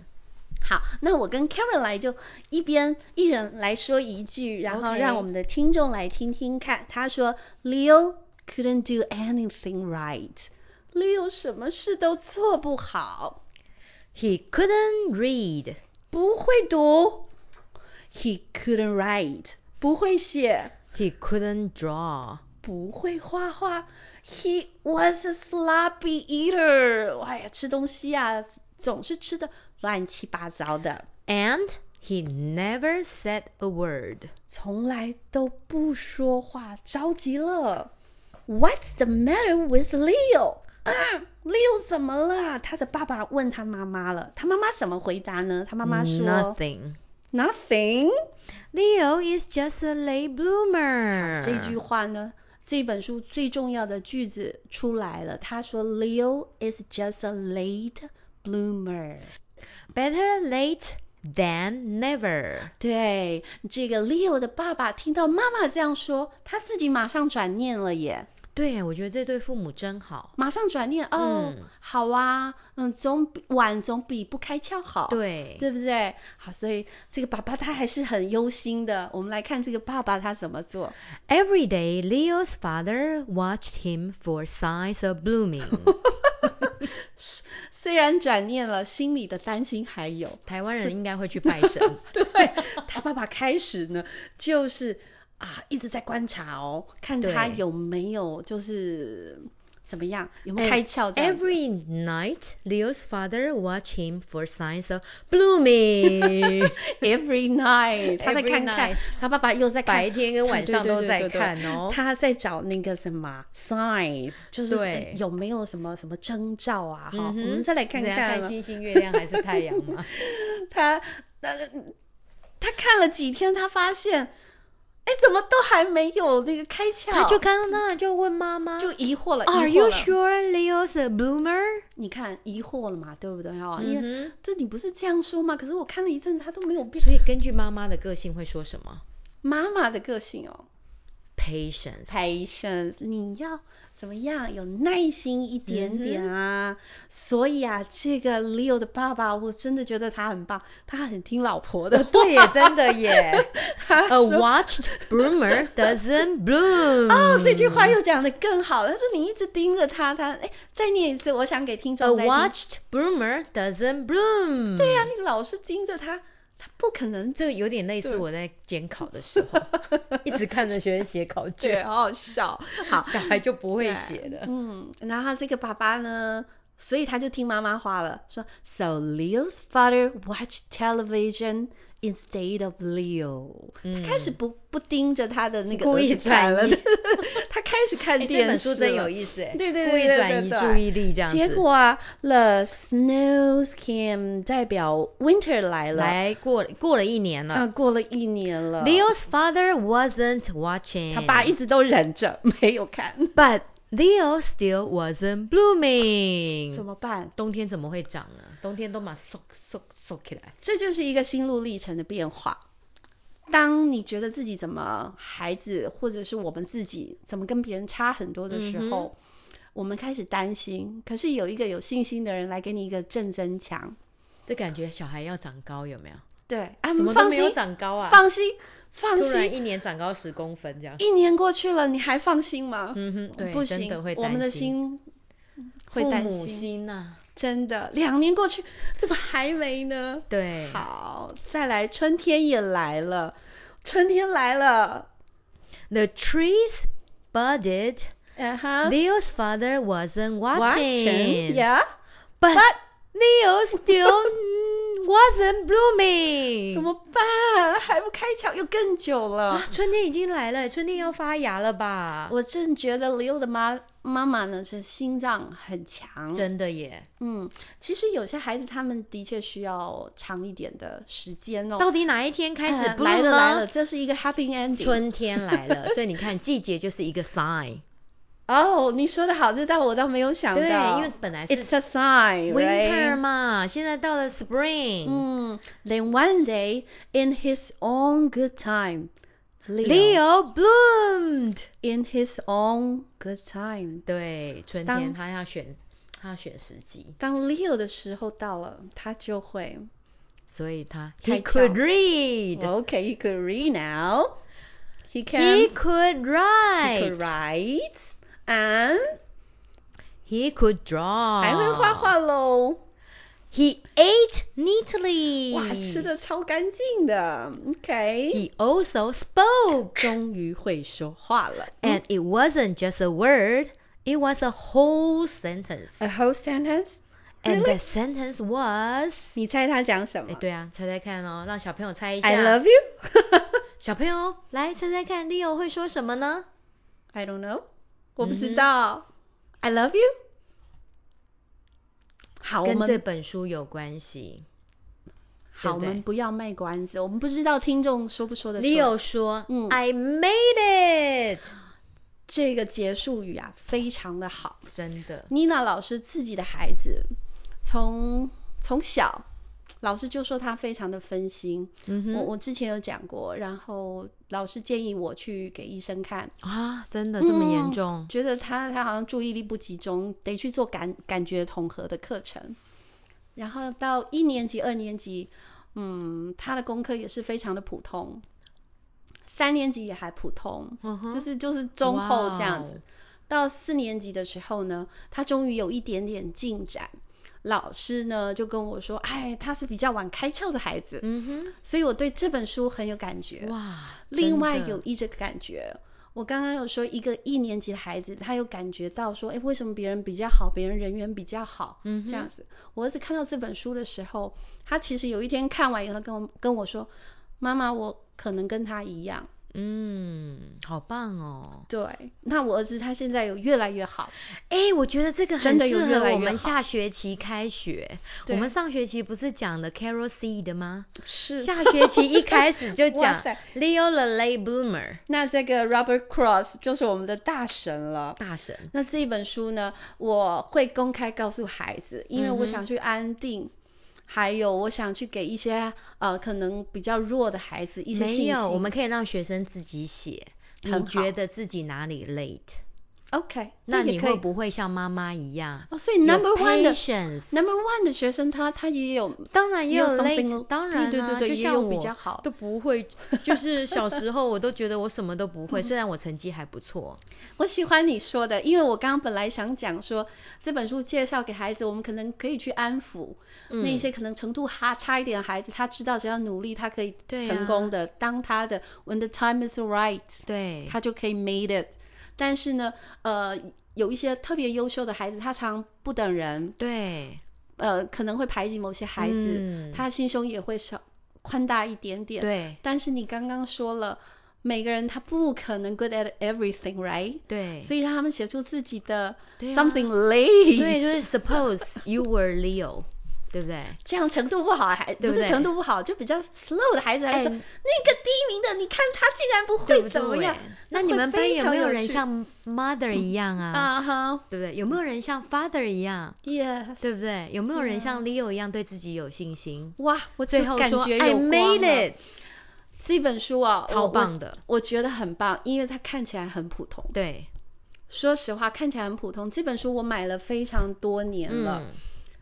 [SPEAKER 2] 好，那我跟 Karen 来就一边一人来说一句，然后
[SPEAKER 1] OK
[SPEAKER 2] 让我们的听众来听听看。他说，Leo couldn't do anything right。Leo 什么事都做不好，
[SPEAKER 1] He couldn't read.
[SPEAKER 2] 不会读，He couldn't write，不会写，
[SPEAKER 1] He couldn't draw.
[SPEAKER 2] 不会画画，He was a sloppy eater。哎呀，吃东西啊，总是吃的乱七八糟的，
[SPEAKER 1] And he never said a word.
[SPEAKER 2] 从来都不说话，着急了。What's the matter with Leo？啊，Leo 怎么了？他的爸爸问他妈妈了，他妈妈怎么回答呢？他妈妈说
[SPEAKER 1] Nothing.
[SPEAKER 2] nothing
[SPEAKER 1] Leo is just a late bloomer.
[SPEAKER 2] 这句话呢，这本书最重要的句子出来了。他说，Leo is just a late bloomer。
[SPEAKER 1] Better late than never.
[SPEAKER 2] 对，这个 Leo 的爸爸听到妈妈这样说，他自己马上转念了耶，
[SPEAKER 1] 对，我觉得这对父母真好。
[SPEAKER 2] 马上转念哦，
[SPEAKER 1] 嗯
[SPEAKER 2] 好啊，嗯，总比晚总比不开窍好。。
[SPEAKER 1] 对，
[SPEAKER 2] 对不对？好，所以这个爸爸他还是很忧心的。我们来看这个爸爸他怎么做。
[SPEAKER 1] Every day, Leo's father watched him for signs of blooming.
[SPEAKER 2] 虽然转念了，心里的担心还有。
[SPEAKER 1] 台湾人应该会去拜神，
[SPEAKER 2] 对他爸爸开始呢，就是啊一直在观察哦，看他
[SPEAKER 1] 对
[SPEAKER 2] 有没有就是怎么样，有没有
[SPEAKER 1] And
[SPEAKER 2] 开窍这样子。
[SPEAKER 1] Every night, Leo's father watch him for signs of blooming 。
[SPEAKER 2] Every night，他 在看
[SPEAKER 1] Every
[SPEAKER 2] 看
[SPEAKER 1] night
[SPEAKER 2] 他爸爸又在看
[SPEAKER 1] 白天跟晚上都在看哦
[SPEAKER 2] 对对对对对他在找那个什么 signs，就是
[SPEAKER 1] 对
[SPEAKER 2] 呃有没有什么什么征兆啊？哈、
[SPEAKER 1] 嗯哼
[SPEAKER 2] 我们再来看
[SPEAKER 1] 是怎样
[SPEAKER 2] 看
[SPEAKER 1] 看
[SPEAKER 2] 了
[SPEAKER 1] 星星、月亮还是太阳 嘛？
[SPEAKER 2] 他呃他看了几天，他发现，哎，怎么都还没有那个开窍，
[SPEAKER 1] 他就刚刚就问妈妈，
[SPEAKER 2] 就疑惑了。疑
[SPEAKER 1] Are
[SPEAKER 2] 惑
[SPEAKER 1] you
[SPEAKER 2] 了
[SPEAKER 1] sure Leo's a bloomer？
[SPEAKER 2] 你看疑惑了嘛，对不对哦？因为
[SPEAKER 1] 嗯
[SPEAKER 2] 这你不是这样说吗？可是我看了一阵子，他都没有
[SPEAKER 1] 哼，
[SPEAKER 2] 变。
[SPEAKER 1] 所以根据妈妈的个性会说什么
[SPEAKER 2] 妈妈的个性哦
[SPEAKER 1] ？Patience。
[SPEAKER 2] ，patience，你要怎么样？有耐心一点点啊。所以啊，这个 Leo 的爸爸，我真的觉得他很棒，他很听老婆 的。
[SPEAKER 1] 对耶，真的耶。
[SPEAKER 2] 他
[SPEAKER 1] A
[SPEAKER 2] 说
[SPEAKER 1] watched bloomer doesn't bloom。
[SPEAKER 2] 哦，这句话又讲得更好了。他说你一直盯着他，他哎，再念一次，我想给听
[SPEAKER 1] A
[SPEAKER 2] 众再听。
[SPEAKER 1] watched bloomer doesn't bloom。
[SPEAKER 2] 对呀、你老是盯着他，他不可能
[SPEAKER 1] 这个有点类似
[SPEAKER 2] 对
[SPEAKER 1] 我在监考的时候，一直看着学生写考
[SPEAKER 2] 对，
[SPEAKER 1] 卷，
[SPEAKER 2] 好好笑。好，
[SPEAKER 1] 小孩就不会
[SPEAKER 2] 对
[SPEAKER 1] 写 的。
[SPEAKER 2] 嗯，然后他这个爸爸呢，所以他就听妈妈话了，说 So Leo's father watched television instead of Leo、
[SPEAKER 1] 嗯
[SPEAKER 2] 他开始不不盯着他的那个
[SPEAKER 1] 故
[SPEAKER 2] 儿
[SPEAKER 1] 意
[SPEAKER 2] 子看
[SPEAKER 1] 转
[SPEAKER 2] 了
[SPEAKER 1] 移，
[SPEAKER 2] 他开始看
[SPEAKER 1] 哎这
[SPEAKER 2] 电
[SPEAKER 1] 本
[SPEAKER 2] 视
[SPEAKER 1] 书
[SPEAKER 2] 了。
[SPEAKER 1] 真有意思哎，
[SPEAKER 2] 对对对
[SPEAKER 1] 故意
[SPEAKER 2] 对
[SPEAKER 1] 转
[SPEAKER 2] 对
[SPEAKER 1] 移
[SPEAKER 2] 对
[SPEAKER 1] 注意力这样子。
[SPEAKER 2] 结果啊，The snow skin 代表 winter 来了，
[SPEAKER 1] 来过过了一年
[SPEAKER 2] 那、
[SPEAKER 1] 了
[SPEAKER 2] 过了一年了
[SPEAKER 1] ，Leo's father wasn't watching，
[SPEAKER 2] 他爸一直都忍着没有看，
[SPEAKER 1] ，But Leo still wasn't
[SPEAKER 2] 怎
[SPEAKER 1] blooming。
[SPEAKER 2] 么办？
[SPEAKER 1] 冬天怎么会长呢？冬天都嘛缩缩缩起来。
[SPEAKER 2] 这就是一个心路历程的变化。当你觉得自己怎么孩子，或者是我们自己怎么跟别人差很多的
[SPEAKER 1] 嗯
[SPEAKER 2] 时候，我们开始担心。可是有一个有信心的人来给你一个正增强，
[SPEAKER 1] 这感觉小孩要长高有没有？
[SPEAKER 2] 对，啊，
[SPEAKER 1] 怎么都
[SPEAKER 2] 放
[SPEAKER 1] 没有
[SPEAKER 2] 心，
[SPEAKER 1] 长高啊？
[SPEAKER 2] 放心，放
[SPEAKER 1] 突
[SPEAKER 2] 心，
[SPEAKER 1] 然一年长高十公分这样。
[SPEAKER 2] 一年过去了，你还放心吗？
[SPEAKER 1] 嗯哼，对，
[SPEAKER 2] 不
[SPEAKER 1] 真
[SPEAKER 2] 行
[SPEAKER 1] 的会，
[SPEAKER 2] 我们
[SPEAKER 1] 担
[SPEAKER 2] 的
[SPEAKER 1] 心
[SPEAKER 2] 心会担
[SPEAKER 1] 父母
[SPEAKER 2] 心，
[SPEAKER 1] 心呐、
[SPEAKER 2] 真的，两年过去怎么还没呢？
[SPEAKER 1] 对，
[SPEAKER 2] 好，再来，春天也来了，春天来了，
[SPEAKER 1] The trees budded.
[SPEAKER 2] 嗯哼
[SPEAKER 1] Leo's father wasn't watching,
[SPEAKER 2] ，watching，yeah，
[SPEAKER 1] but Leo still mm, wasn't blooming.
[SPEAKER 2] 怎么办？还不开窍，又更久了
[SPEAKER 1] 啊。？春天已经来了，春天要发芽了吧？
[SPEAKER 2] 我正觉得 Leo 的妈妈妈呢是心脏很强，
[SPEAKER 1] 真的耶，
[SPEAKER 2] 嗯，其实有些孩子他们的确需要长一点的时间哦。
[SPEAKER 1] 到底哪一天开始
[SPEAKER 2] 呃
[SPEAKER 1] bloom
[SPEAKER 2] 来了来
[SPEAKER 1] 呢
[SPEAKER 2] 了，这是一个 happy ending。
[SPEAKER 1] 春天来了，所以你看季节就是一个 sign。
[SPEAKER 2] 哦，你说的好，这倒我倒没有 想到，
[SPEAKER 1] 对，因为本来是
[SPEAKER 2] it's a sign,
[SPEAKER 1] winter
[SPEAKER 2] right?
[SPEAKER 1] 嘛，现在到了 spring，、
[SPEAKER 2] 嗯，Then Mm. one day in his own good time,
[SPEAKER 1] Leo bloomed。
[SPEAKER 2] in his own good time.
[SPEAKER 1] 对，春
[SPEAKER 2] 当
[SPEAKER 1] 天他要选，他要选时机，
[SPEAKER 2] 当 Leo 的时候到了，他就会
[SPEAKER 1] 所以他
[SPEAKER 2] 开
[SPEAKER 1] he could
[SPEAKER 2] 窍
[SPEAKER 1] read,
[SPEAKER 2] okay, he could read now. He can
[SPEAKER 1] he could
[SPEAKER 2] he could
[SPEAKER 1] write,
[SPEAKER 2] write and
[SPEAKER 1] he could draw，
[SPEAKER 2] 还会画画喽。
[SPEAKER 1] He ate neatly，
[SPEAKER 2] 哇，吃的超干净的，OK。
[SPEAKER 1] He also spoke,
[SPEAKER 2] 终于会说话了。
[SPEAKER 1] and it wasn't just a word, it was a whole sentence,
[SPEAKER 2] A whole sentence？
[SPEAKER 1] and
[SPEAKER 2] really?
[SPEAKER 1] that sentence was，
[SPEAKER 2] 你猜他讲什么
[SPEAKER 1] 哎，对啊，猜猜看哦，让小朋友猜一下。
[SPEAKER 2] ？I love you 。
[SPEAKER 1] 小朋友来猜猜看，Leo 会说什么呢？
[SPEAKER 2] I don't
[SPEAKER 1] 嗯
[SPEAKER 2] know，我不知道。I love you。好，我
[SPEAKER 1] 跟这
[SPEAKER 2] 们
[SPEAKER 1] 本书有关系。
[SPEAKER 2] 好，
[SPEAKER 1] 对
[SPEAKER 2] 我
[SPEAKER 1] 不对
[SPEAKER 2] 们不要卖关子，我们不知道听众说不说得出来。
[SPEAKER 1] Leo 说、
[SPEAKER 2] 嗯
[SPEAKER 1] i made it，
[SPEAKER 2] 这个结束语啊，非常的好。
[SPEAKER 1] 真的，
[SPEAKER 2] 妮娜老师自己的孩子，从从小，老师就说他非常的分心。
[SPEAKER 1] 嗯
[SPEAKER 2] 我我之前有讲过，然后老师建议我去给医生看，
[SPEAKER 1] 啊，真的这么严
[SPEAKER 2] 嗯
[SPEAKER 1] 重？
[SPEAKER 2] 觉得他他好像注意力不集中，得去做感感觉统合的课程。然后到一年级、二年级，嗯，他的功课也是非常的普通，三年级也还普通，
[SPEAKER 1] 嗯哼哦
[SPEAKER 2] 就是就是中后这样子。到四年级的时候呢，他终于有一点点进展。老师呢就跟我说，哎，他是比较晚开窍的孩子，
[SPEAKER 1] 嗯
[SPEAKER 2] 所以我对这本书很有感觉
[SPEAKER 1] 哼，。哇，
[SPEAKER 2] 另外
[SPEAKER 1] 真的
[SPEAKER 2] 有一个感觉，我刚刚有说一个一年级的孩子，他有感觉到说，哎，为什么别人比较好，别人人缘比较好，
[SPEAKER 1] 嗯哼
[SPEAKER 2] 这样子。我儿子看到这本书的时候，他其实有一天看完以后，他跟我跟我说，妈妈，我可能跟他一样。
[SPEAKER 1] 嗯，好棒哦！
[SPEAKER 2] 对，那我儿子他现在有越来越好，
[SPEAKER 1] 哎、我觉得这个
[SPEAKER 2] 真
[SPEAKER 1] 很
[SPEAKER 2] 的有
[SPEAKER 1] 适
[SPEAKER 2] 越
[SPEAKER 1] 合
[SPEAKER 2] 来越
[SPEAKER 1] 我们
[SPEAKER 2] 好
[SPEAKER 1] 下学期开学。我
[SPEAKER 2] 对
[SPEAKER 1] 们上学期不是讲了 Carol Seed 吗？
[SPEAKER 2] 是
[SPEAKER 1] 下学期一开始就
[SPEAKER 2] 哇
[SPEAKER 1] 讲
[SPEAKER 2] 塞
[SPEAKER 1] Leo the Late Bloomer
[SPEAKER 2] 那这个 Robert Cross 就是我们的大神了。
[SPEAKER 1] 大神。
[SPEAKER 2] 那这一本书呢，我会公开告诉孩子，因为
[SPEAKER 1] 嗯
[SPEAKER 2] 我
[SPEAKER 1] 哼
[SPEAKER 2] 想去安定，还有我想去给一些呃可能比较弱的孩子一些信
[SPEAKER 1] 没
[SPEAKER 2] 息。
[SPEAKER 1] 有，我们可以让学生自己写，
[SPEAKER 2] 很
[SPEAKER 1] 你
[SPEAKER 2] 好
[SPEAKER 1] 觉得自己哪里 late？
[SPEAKER 2] OK，
[SPEAKER 1] 那
[SPEAKER 2] 这
[SPEAKER 1] 你
[SPEAKER 2] 也可以
[SPEAKER 1] 会不会像妈妈一样
[SPEAKER 2] 哦，所以
[SPEAKER 1] 有
[SPEAKER 2] Number One 的
[SPEAKER 1] patience？
[SPEAKER 2] Number One 的学生他他也有
[SPEAKER 1] 当然也
[SPEAKER 2] 有
[SPEAKER 1] late，
[SPEAKER 2] something-
[SPEAKER 1] 当然、啊、
[SPEAKER 2] 对对对对
[SPEAKER 1] 就
[SPEAKER 2] 也
[SPEAKER 1] 像
[SPEAKER 2] 有
[SPEAKER 1] 我
[SPEAKER 2] 比较好
[SPEAKER 1] 都不会，就是小时候我都觉得我什么都不 会，虽然我成绩还不错。
[SPEAKER 2] 我喜欢你说的，因为我刚刚本来想讲说这本书介绍给孩子，我们可能可以去安抚、
[SPEAKER 1] 嗯
[SPEAKER 2] 那一些可能程度哈差一点的孩子，他知道只要努力，他可以
[SPEAKER 1] 对
[SPEAKER 2] 成
[SPEAKER 1] 啊
[SPEAKER 2] 功的。当他的 When the time is right，
[SPEAKER 1] 对，
[SPEAKER 2] 他就可以 made it。但是呢，呃，有一些特别优秀的孩子，他常不等人，
[SPEAKER 1] 对，
[SPEAKER 2] 呃，可能会排挤某些孩子，
[SPEAKER 1] 嗯
[SPEAKER 2] 他心胸也会少宽大一点点。
[SPEAKER 1] 对
[SPEAKER 2] 但是你刚刚说了，每个人他不可能 good at everything，right？
[SPEAKER 1] 对，
[SPEAKER 2] 所以让他们写出自己的
[SPEAKER 1] 对啊
[SPEAKER 2] something late，
[SPEAKER 1] 对，就是 suppose you were Leo，对不对？
[SPEAKER 2] 这样程度不好还
[SPEAKER 1] 对不
[SPEAKER 2] 是
[SPEAKER 1] 对
[SPEAKER 2] 程度不好，就比较 slow 的孩子还说、那
[SPEAKER 1] 哎
[SPEAKER 2] 个第一名的，你看他竟然不
[SPEAKER 1] 对
[SPEAKER 2] 会
[SPEAKER 1] 不
[SPEAKER 2] 怎么
[SPEAKER 1] 对
[SPEAKER 2] 样？
[SPEAKER 1] 那
[SPEAKER 2] 会
[SPEAKER 1] 你们班
[SPEAKER 2] 非
[SPEAKER 1] 有
[SPEAKER 2] 常
[SPEAKER 1] 没
[SPEAKER 2] 有
[SPEAKER 1] 人
[SPEAKER 2] 趣嗯
[SPEAKER 1] 像 mother 一样啊？
[SPEAKER 2] 啊哈、
[SPEAKER 1] 对不对？有没有人像 father 一样？
[SPEAKER 2] y e s
[SPEAKER 1] 对不对？有没有人像 Leo 一样对自己有信心？
[SPEAKER 2] 哇，啊我
[SPEAKER 1] 最
[SPEAKER 2] 就
[SPEAKER 1] 后
[SPEAKER 2] 感
[SPEAKER 1] 说
[SPEAKER 2] 觉
[SPEAKER 1] I
[SPEAKER 2] 有光
[SPEAKER 1] made
[SPEAKER 2] 了。这本书啊，
[SPEAKER 1] 超
[SPEAKER 2] 我
[SPEAKER 1] 棒的
[SPEAKER 2] 我，我觉得很棒，因为它看起来很普通。
[SPEAKER 1] it，对，
[SPEAKER 2] 说实话，看起来很普通。这本书我买了非常多年了，
[SPEAKER 1] 嗯，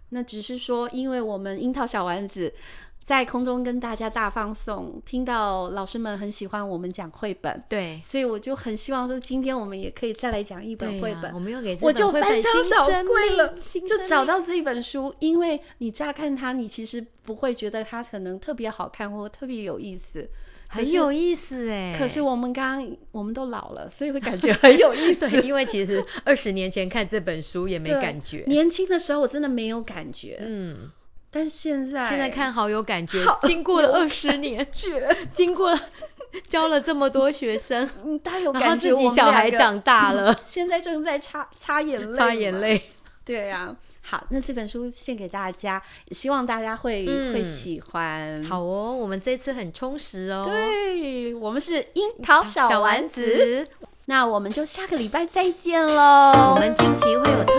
[SPEAKER 2] 那只是说，因为我们樱桃小丸子在空中跟大家大放送，听到老师们很喜欢我们讲绘本，
[SPEAKER 1] 对，
[SPEAKER 2] 所以我就很希望说，今天我们也可以再来讲一
[SPEAKER 1] 对
[SPEAKER 2] 本绘
[SPEAKER 1] 呀
[SPEAKER 2] 本。
[SPEAKER 1] 我们又给这
[SPEAKER 2] 我
[SPEAKER 1] 本
[SPEAKER 2] 就
[SPEAKER 1] 绘
[SPEAKER 2] 翻
[SPEAKER 1] 本
[SPEAKER 2] 箱
[SPEAKER 1] 新
[SPEAKER 2] 倒
[SPEAKER 1] 生
[SPEAKER 2] 柜
[SPEAKER 1] 命
[SPEAKER 2] 了，
[SPEAKER 1] 新
[SPEAKER 2] 就
[SPEAKER 1] 生
[SPEAKER 2] 找
[SPEAKER 1] 命
[SPEAKER 2] 到这一本书，因为你乍看它，你其实不会觉得它可能特别好看或特别有意思，可
[SPEAKER 1] 很
[SPEAKER 2] 是
[SPEAKER 1] 有意思哎。
[SPEAKER 2] 可 是我们刚刚我们都老了，所以会感觉很有意思。
[SPEAKER 1] 对，因为其实二十年前看这本书也没
[SPEAKER 2] 对
[SPEAKER 1] 感觉，
[SPEAKER 2] 年轻的时候我真的没有感觉，
[SPEAKER 1] 嗯，
[SPEAKER 2] 但是现在
[SPEAKER 1] 现在看好有感觉
[SPEAKER 2] 好，
[SPEAKER 1] 经过了二十年，经过了 教了这么多 学生，
[SPEAKER 2] 嗯，大家有
[SPEAKER 1] 然后
[SPEAKER 2] 感觉
[SPEAKER 1] 自
[SPEAKER 2] 我们两个。
[SPEAKER 1] 己小孩长大了，
[SPEAKER 2] 现在正在擦擦眼泪，
[SPEAKER 1] 擦眼。泪，
[SPEAKER 2] 对呀、好，那这本书献给大家，希望大家会、
[SPEAKER 1] 嗯
[SPEAKER 2] 会喜欢。，
[SPEAKER 1] 好哦，我们这次很充实哦，
[SPEAKER 2] 嗯对我们是樱桃小
[SPEAKER 1] 小
[SPEAKER 2] 丸
[SPEAKER 1] 丸
[SPEAKER 2] 子，
[SPEAKER 1] 子，
[SPEAKER 2] 那我们就下个礼拜再见喽。
[SPEAKER 1] 哦我们近期会有特
[SPEAKER 2] 哦
[SPEAKER 1] 哦